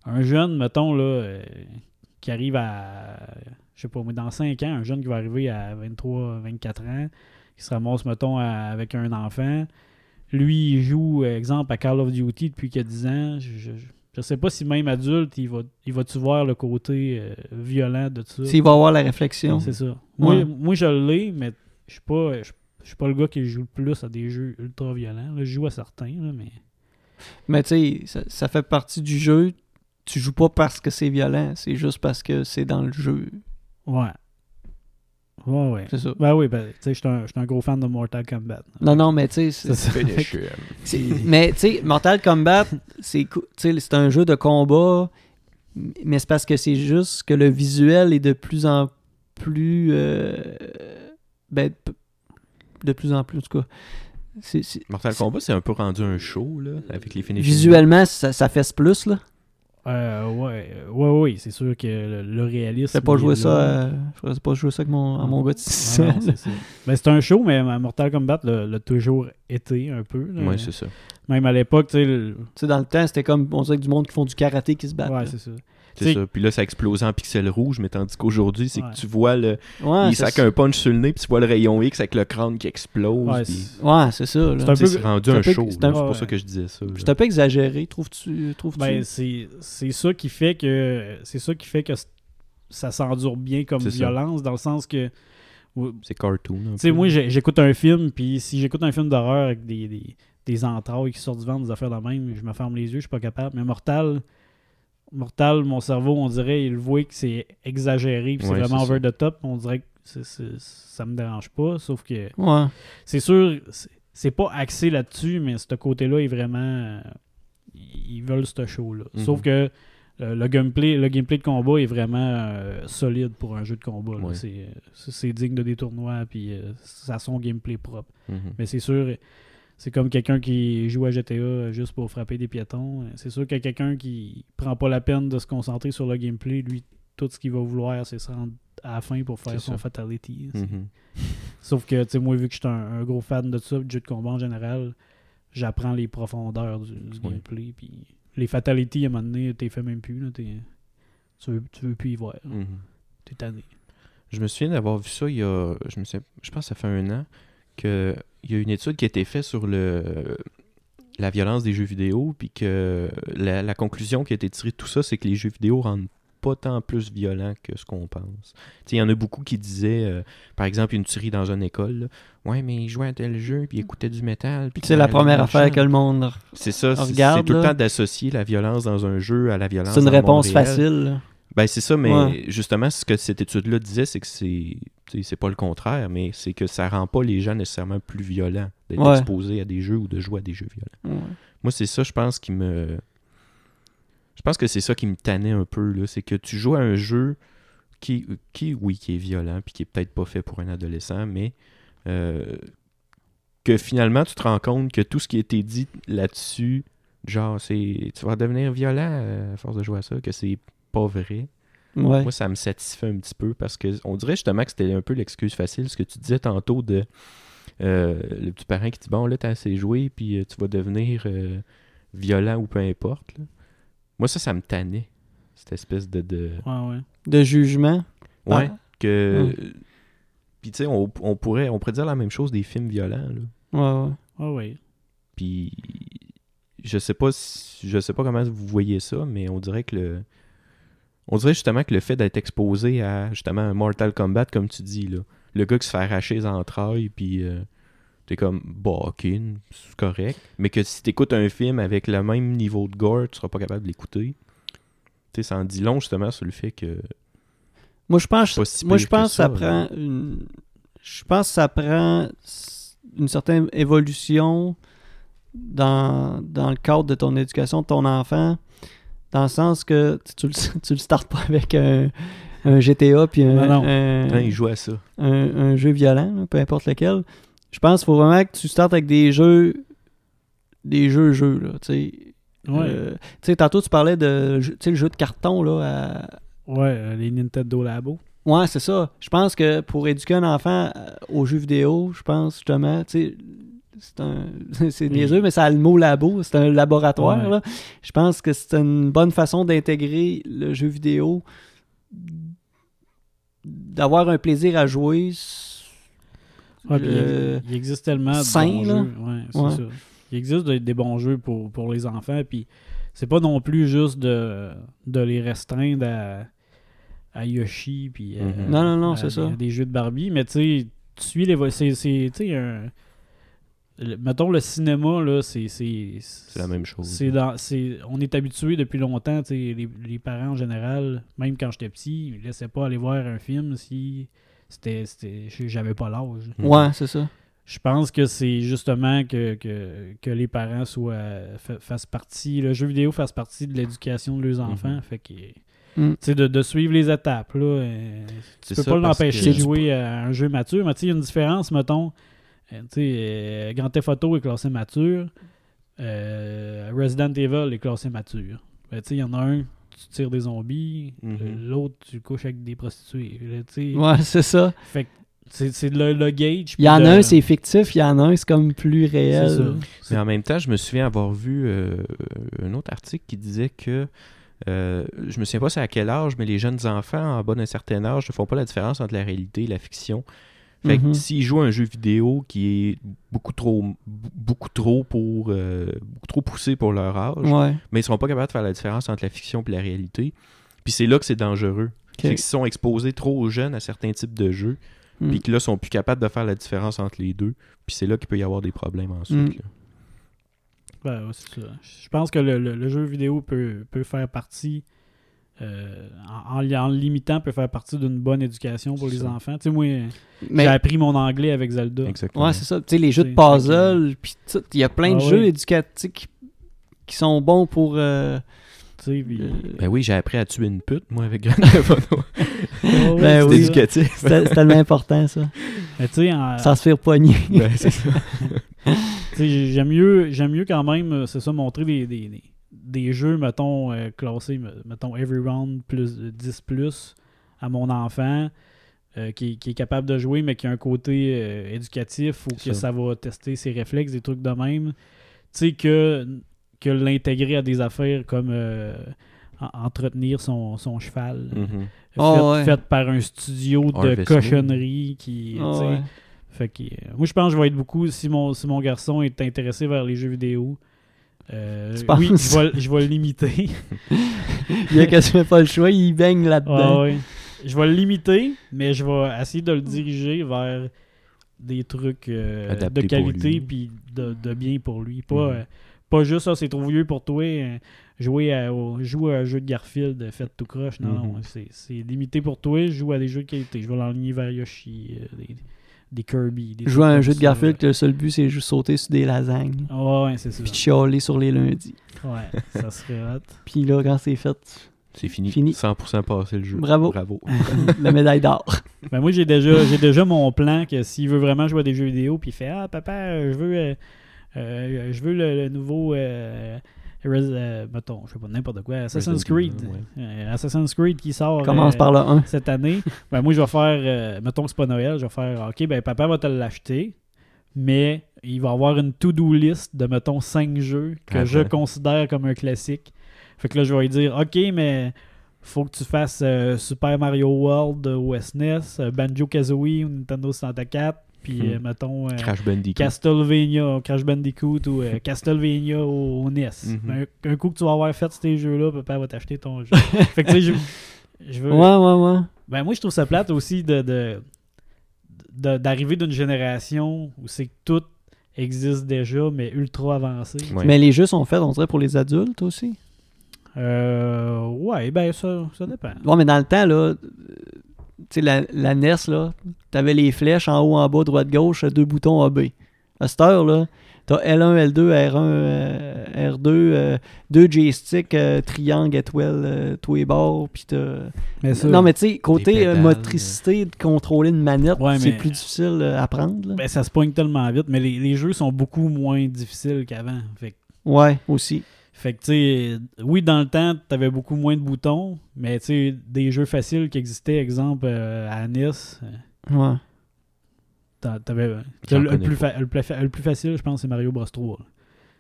un jeune, mettons, là, euh, qui arrive à, je sais pas, moi, dans 5 ans, un jeune qui va arriver à 23, 24 ans, qui se ramasse, mettons, à- avec un enfant, lui, il joue, exemple, à Call of Duty depuis qu'il a 10 ans. Je, je, je sais pas si même adulte, il va, il va-tu voir le côté euh, violent de ça? S'il va avoir la réflexion. C'est ça. Moi, Ouais. moi je l'ai, mais je suis pas. Je je suis pas le gars qui joue le plus à des jeux ultra violents. là. Je joue à certains, là, mais. Mais tu sais, ça, ça fait partie du jeu. Tu joues pas parce que c'est violent, c'est juste parce que c'est dans le jeu. Ouais. Ouais, ouais. C'est ça. Ben oui, ben, tu sais, je suis un, je suis un gros fan de Mortal Kombat. Non, non, mais tu sais, C'est c'est- ça. Finisher. c'est- mais tu sais, Mortal Kombat, c'est cou- tu sais, c'est un jeu de combat, mais c'est parce que c'est juste que le visuel est de plus en plus, euh, ben, p- de plus en plus en tout cas. C'est- c'est- Mortal Kombat, c'est un peu rendu un show, là, avec les finishers. visuellement, ça, ça fesse plus là. Euh, ouais, euh, ouais, ouais, c'est sûr que le, le réalisme. Je pas il est jouer ça, là. euh, je ferais pas jouer ça avec mon, à mon gars de six ans, Ah non, là. c'est ça. Ben, c'est un show, mais Mortal Kombat l'a l'a toujours été un peu. là. Ouais, c'est ça. Même à l'époque, tu sais. le- Tu sais, dans le temps, c'était comme on dirait du monde qui font du karaté qui se battent. Ouais, là. c'est ça. C'est T'sais- ça. Puis là, ça explose en pixels rouges, mais tandis qu'aujourd'hui, c'est Ouais. que tu vois le. Ouais, il c'est sac Ah, ça. un punch sur le nez, puis tu vois le rayon X avec le crâne qui explose. Ouais, puis- c'est- Ouais, c'est ça. là. C'est un Tu sais, peu- c'est rendu c'est un un peu- show. là. c'est C'est un- pour ouais. ça que je disais ça. là. C'est un peu exagéré, trouves-tu? Trouves Ben, c'est c'est ça qui fait que c'est ça qui fait que c- ça s'endure bien comme C'est ça. violence dans le sens que ou- tu C'est cartoon. un sais peu. moi j'ai- j'écoute un film puis si j'écoute un film d'horreur avec des, des, des entrailles qui sortent du ventre des affaires de même je me ferme les yeux je suis pas capable mais mortal mortal mon cerveau on dirait il voit que c'est exagéré puis c'est Ouais, vraiment c'est ça. over the top on dirait que c'est- c'est- ça me dérange pas sauf que Ouais. c'est sûr, c'est- c'est pas axé là-dessus, mais ce côté-là est vraiment. euh, Ils veulent ce show-là. Mhm. Sauf que euh, le, gameplay, le gameplay de combat est vraiment euh, solide pour un jeu de combat. là. Ouais. C'est euh, c'est- c'est digne de des tournois, puis euh, ça a son gameplay propre. Mhm. Mais c'est sûr, c'est comme quelqu'un qui joue à GTA euh, juste pour frapper des piétons. C'est sûr que quelqu'un qui prend pas la peine de se concentrer sur le gameplay, lui, tout ce qu'il va vouloir, c'est se rendre à la fin pour faire C'est son ça. fatality. C'est- Mhm. Sauf que, tu sais, moi, vu que je suis un, un gros fan de ça, de jeux de combat en général, j'apprends les profondeurs du, du Oui. gameplay. Puis les fatalities, à un moment donné, t'es fait même plus. Là, t'es- tu, veux, tu veux plus y voir. Mhm. T'es tanné. Je me souviens d'avoir vu ça il y a. Je, me souviens- je pense que ça fait un an que il y a une étude qui a été faite sur le la violence des jeux vidéo, puis que la, la conclusion qui a été tirée de tout ça, c'est que les jeux vidéo rendent pas tant plus violents que ce qu'on pense. Tu sais, Il y en a beaucoup qui disaient, euh, par exemple, une tuerie dans une école, là, ouais, mais il jouait à tel jeu, puis il écoutait du métal. puis Mm. Puis c'est la il première allait affaire que marcher. le monde. C'est ça, c'est regarde, c'est tout le là. temps d'associer la violence dans un jeu à la violence. C'est une dans le monde réponse réel. facile. là. Ben, c'est ça, mais Ouais. justement, ce que cette étude-là disait, c'est que c'est. tu sais, C'est pas le contraire, mais c'est que ça rend pas les gens nécessairement plus violents d'être Ouais. exposés à des jeux ou de jouer à des jeux violents. Moi, c'est ça, je pense, qui me. Je pense que c'est ça qui me tannait un peu, là. C'est que tu joues à un jeu qui, qui oui, qui est violent, puis qui est peut-être pas fait pour un adolescent, mais euh, que finalement, tu te rends compte que tout ce qui a été dit là-dessus, genre, c'est. Tu vas devenir violent euh, à force de jouer à ça, que c'est pas vrai. Ouais. Moi, ça me satisfait un petit peu parce que on dirait justement que c'était un peu l'excuse facile, ce que tu disais tantôt de euh, le petit parent qui dit Bon, là, t'as assez joué, puis euh, tu vas devenir euh, violent ou peu importe. là. Moi, ça, ça me tannait. Cette espèce de. de... Ouais, ouais. De jugement. Ouais, que. euh, Hum. Puis, tu sais, on, on pourrait, on pourrait dire la même chose des films violents. là. Ouais, Ah. ouais. Ouais, ouais. Puis je sais pas si- je sais pas comment vous voyez ça, mais on dirait que le on dirait justement que le fait d'être exposé à justement un Mortal Kombat comme tu dis là, le gars qui se fait arracher les entrailles puis euh, t'es comme bah OK, c'est correct, mais que si t'écoutes un film avec le même niveau de gore, tu seras pas capable de l'écouter. Tu sais, ça en dit long justement sur le fait que Moi, je pense, Pas si moi, je pire que pense que ça ça, prend une... Je pense que ça prend s- une certaine évolution dans, dans le cadre de ton éducation de ton enfant, dans le sens que tu- tu le, tu le startes pas avec un, un GTA puis un, Non, non. un- Hein, il joue à ça. un, un jeu violent, là, peu importe lequel. Je pense qu'il faut vraiment que tu startes avec des jeux, des jeux jeux là. Tu sais, Ah Ouais, Euh, tu sais, tantôt tu parlais de, tu sais, le jeu de carton là. à- ouais, euh, les Nintendo Labo. Ouais, c'est ça. Je pense que pour éduquer un enfant euh, aux jeux vidéo, je pense justement, tu sais, c'est un, c'est Mm. niaiseux, mais ça a le mot labo, c'est un laboratoire. Ouais. là. Je pense que c'est une bonne façon d'intégrer le jeu vidéo, d'avoir un plaisir à jouer. Ouais, puis il- Euh, il existe tellement de sain, bons là. jeux. Ouais, c'est Ouais. ça. Il existe des, des bons jeux pour, pour les enfants, puis c'est pas non plus juste de, de les restreindre à, à Yoshi, puis à- Mhm. Mm-hmm. Non, non, non, à c'est des- ça. Des jeux de Barbie, mais tu sais, tu suis les. vo- C'est, c'est, tu sais, un- le- mettons le cinéma, là, c'est. C'est, C'est la même chose. c'est dans, c'est, on est habitué depuis longtemps, tu sais, les, les parents en général, même quand j'étais petit, ils ne laissaient pas aller voir un film si c'était, c'était- j'avais pas l'âge. Mm. Ouais, c'est ça. Je pense que c'est justement que, que, que les parents soient fa- fassent partie, le jeu vidéo fasse partie de l'éducation de leurs Mhm. enfants. Fait que, tu Mm. sais, de, de suivre les étapes. Là, euh, tu peux pas l'empêcher de jouer à un jeu mature, mais tu sais, il y a une différence, mettons. euh, Tu sais, euh, Grand Theft Auto est classé mature, euh, Resident Evil est classé mature. Ben, tu sais, il y en a un, tu tires des zombies, Mhm. euh, l'autre, tu couches avec des prostituées. là, tu sais. Ouais, c'est ça. Fait que c'est c'est le, le gauge. Il puis y en le- a un, c'est fictif, il y en a un, c'est comme plus C'est ça. réel. Mais en même temps, je me souviens avoir vu euh, un autre article qui disait que euh, je me souviens pas c'est à quel âge, mais les jeunes enfants en bas d'un certain âge ne font pas la différence entre la réalité et la fiction. Fait Mhm. que s'ils jouent à un jeu vidéo qui est beaucoup trop beaucoup trop pour euh, beaucoup trop poussé pour leur âge, Ouais. mais ils seront pas capables de faire la différence entre la fiction et la réalité. Puis c'est là que c'est dangereux. Ok. C'est qu'ils sont exposés trop jeunes à certains types de jeux, Mm. puis que là, sont plus capables de faire la différence entre les deux. Puis c'est là qu'il peut y avoir des problèmes ensuite. Mm. là. Ben, ouais, c'est ça. Je pense que le, le- le jeu vidéo peut, peut faire partie, euh, en, en li- en le limitant, peut faire partie d'une bonne éducation pour C'est les ça. enfants. Tu sais, moi, j'ai Mais, appris mon anglais avec Zelda. Exactement. ouais, c'est ça. Tu sais, les jeux de C'est- c'est puzzle, puis tout, il y a plein de Ah jeux oui. éducatifs qui, qui sont bons pour. euh, Tu sais, puis- euh, Ben oui, j'ai appris à tuer une pute, moi, avec Grand Theft Ben Auto. Ouais, Ben C'est ouais, c'est oui. ça. éducatif. c'est c'est tellement important, ça. Mais tu sais, en- Sans se faire poigner. Ben, c'est ça. tu sais, j'ai- j'aime mieux, j'aime mieux quand même, euh, c'est ça, montrer des, des, des- des jeux, mettons, euh, classés, me- mettons, every round plus euh, 10 plus à mon enfant. euh, qui, qui est capable de jouer, mais qui a un côté euh, éducatif ou C'est que ça. ça. va tester ses réflexes, des trucs de même. Tu sais, que, que l'intégrer à des affaires comme euh, en- entretenir son, son cheval, Mhm. fait, Oh, ouais. fait par un studio de Harvest Moon. cochonnerie qui. Ah tu sais, ouais. fait que, euh, moi, je pense que je vais être beaucoup. Si mon, si mon garçon est intéressé vers les jeux vidéo, euh, Tu oui, penses? je vais, le- je vais le limiter. Il y a quasiment pas le choix, il baigne là-dedans. Ah ouais. Je vais le limiter, mais je vais essayer de le diriger vers des trucs euh, Adaptés de pour lui. qualité puis de, de bien pour lui. Pas, Mhm. Mm. euh, pas juste, ah, c'est trop vieux pour toi, euh, jouer à, au- joue à un jeu de Garfield, faites tout croche. Non, Mm-hmm. Mhm. non, c'est- c'est limité pour toi, je joue à des jeux de qualité. Je vais l'enligner vers Yoshi, euh, des, des Kirby. Des Jouer à un trucs jeu comme de ça, Garfield, que le seul but, c'est juste sauter sur des lasagnes. là. Ah ouais, c'est ça. Puis de chialer sur les lundis. Ouais, ça serait hot. Puis là, quand c'est fait, C'est fini. Fini. 100% passé le jeu. Bravo. Bravo. Euh, la médaille d'or. Ben moi, j'ai déjà, j'ai déjà mon plan que s'il veut vraiment jouer à des jeux vidéo, puis il fait Ah, papa, euh, je veux, euh, euh, je veux le, le nouveau. euh, Res- euh, mettons, je sais pas, n'importe quoi. Assassin's Resident Evil, Creed. ouais. Euh, Assassin's Creed qui sort. Commence euh, par le 1. Cette année. Ben moi, je vais faire. euh, mettons que c'est pas Noël, je vais faire Ok, ben papa va te l'acheter, mais il va avoir une to-do list de, mettons, 5 jeux que Ah, je ouais. considère comme un classique. Fait que là, je vais lui dire Ok, mais faut que tu fasses euh, Super Mario World au SNES, euh, Banjo Kazooie au Nintendo 64, puis Hmm. euh, mettons euh, Crash Bandicoot. Castlevania, Crash Bandicoot ou euh, Castlevania au, au NES. Mhm. Ben, un, un coup que tu vas avoir fait ces jeux-là, papa va t'acheter ton jeu. fait que tu sais, je, je veux. Ouais, ouais, ouais. Ben moi, je trouve ça plate aussi de, de- de- d'arriver d'une génération où c'est que tout existe déjà, mais ultra avancé. Ouais. Mais les jeux sont faits, on dirait, pour les adultes aussi. Euh, ouais, ben ça, ça dépend. Ouais, mais dans le temps, là, euh, tu sais, la, la NES, là, t'avais les flèches en haut, en bas, droite, gauche, deux boutons AB. À cette heure, là, t'as L1, L2, R1, euh, R2, euh, deux joysticks, euh, triangle, étoile, euh, tous les bords, puis t'as... Mais ça- Non, mais tu sais, côté Des euh, pédales, motricité, de contrôler une manette, Ouais, c'est mais- plus difficile euh, à prendre, là. Ben, ça se pogne tellement vite, mais les, les jeux sont beaucoup moins difficiles qu'avant. Fait, que- Ouais, aussi. fait que, tu sais, oui, dans le temps, t'avais beaucoup moins de boutons, mais tu sais, des jeux faciles qui existaient, exemple, euh, à Nice, euh, Ouais. t'en- t'avais. euh, J'en Le, le connais plus fa- le plus fa- le plus facile, je pense, c'est Mario Bros 3. là.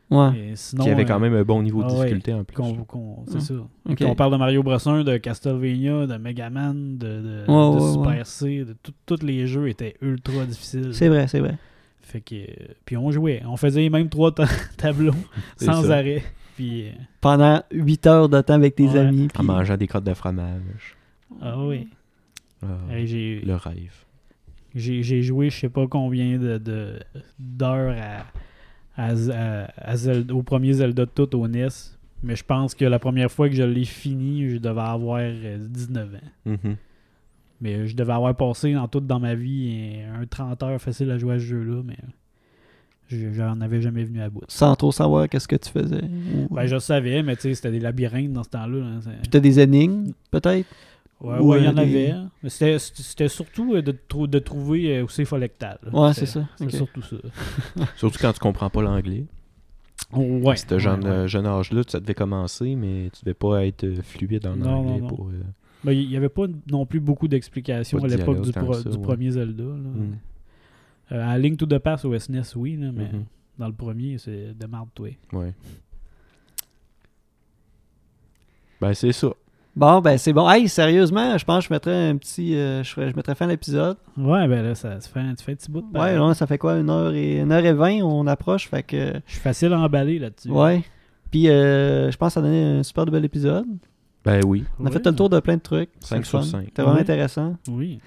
Ouais. Et sinon, Qui avait euh, quand même un bon niveau de ah ouais, difficulté en plus. qu'on- qu'on- c'est Hum. ça. Ok. On parle de Mario Bros 1, de Castlevania, de Megaman, de, de, Ouais, de ouais, Super ouais. C, de tout- tous les jeux étaient ultra difficiles. C'est vrai, c'est vrai. Fait que, euh, puis on jouait, on faisait les mêmes trois ta- tableaux C'est sans ça. arrêt. Puis euh, Pendant 8 heures de temps avec tes Ouais. amis. puis- En mangeant des crottes de fromage. ah oui, Ah, Hey, j'ai Le rêve. j'ai- j'ai joué je sais pas combien de de- d'heures à, à, Z- à- à Zelda- au premier Zelda de tout au NES, mais je pense que la première fois que je l'ai fini, je devais avoir euh, 19 ans. Mhm. Mais euh, je devais avoir passé dans toute dans ma vie euh, un 30 heures facile à jouer à ce jeu-là, mais euh, je- j'en avais jamais venu à bout. Sans trop savoir qu'est-ce que tu faisais. Ou... Ben, je savais, mais tu sais, c'était des labyrinthes dans ce temps-là. hein, c'est- Puis t'as des énigmes, peut-être. Ouais, ou, ouais, il y euh, en des- avait. hein. Mais c'était- C'était c'était surtout euh, de, trou- de trouver euh, où c'est folectal. là. Ouais, c'est C'était- ça. C'est Ok. surtout ça. Surtout quand tu comprends pas l'anglais. Ouais. Ce jeune, Ouais, ouais. euh, jeune âge-là, ça devait commencer, mais tu devais pas être euh, fluide en Non, non, anglais non. pour. euh, Ben, Il n'y avait pas non plus beaucoup d'explications Pas à de l'époque du, dialogue pro- tant que ça, du ouais. premier Zelda. là. hmm. Euh, à Link to the Past au SNES, oui, là, mais Mhm. dans le premier, c'est de marde, toi. Ouais. Ben, c'est ça. Bon, ben c'est bon. Hey, sérieusement, je pense que je mettrais un petit. euh, je, ferais- je mettrais fin à l'épisode. Ouais, ben là, ça, ça fait, un- ça fait un petit bout de Ouais, pareil. là, ça fait quoi Une heure et, une heure et vingt, on approche. Fait que. Je suis facile à emballer là-dessus. Ouais. Puis euh, je pense que ça a donné un super bel épisode. Ben oui. On a fait le tour de plein de trucs. Cinq C'est le sur fun. cinq. C'était vraiment Oui. intéressant. Oui.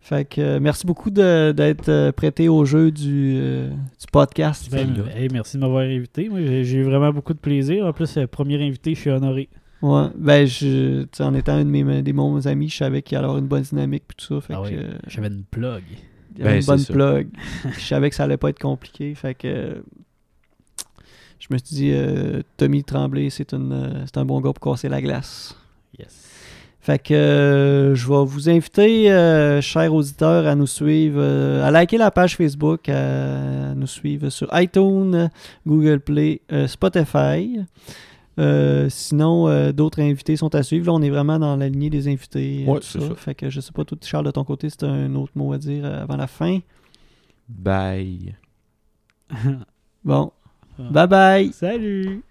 Fait que euh, merci beaucoup de- d'être euh, prêté au jeu du, euh, du podcast. Ben, Fais-le. hey, merci de m'avoir invité. Moi, j'ai j'ai eu vraiment beaucoup de plaisir. En plus, euh, premier invité, je suis honoré. Ouais, ben je, tu sais, en étant une de mes, des bons amis, je savais qu'il allait avoir une bonne dynamique puis tout ça, fait Ah que oui. euh, J'avais une plug. il y avait Ben, une c'est bonne ça. plug. je savais que ça allait pas être compliqué, fait que euh, je me suis dit euh, Tommy Tremblay, c'est une euh, c'est un bon gars pour casser la glace. Yes. Fait que euh, je vais vous inviter, euh, chers auditeurs, à nous suivre, euh, à liker la page Facebook, à nous suivre sur iTunes, Google Play, euh, Spotify. Euh, sinon, euh, d'autres invités sont à suivre. Là, on est vraiment dans la lignée des invités. euh, Ouais, tout c'est ça. Fait que je sais pas, toi, Charles, de ton côté, c'est un autre mot à dire euh, avant la fin. Bye. Bon, bye Ah. bye! Salut!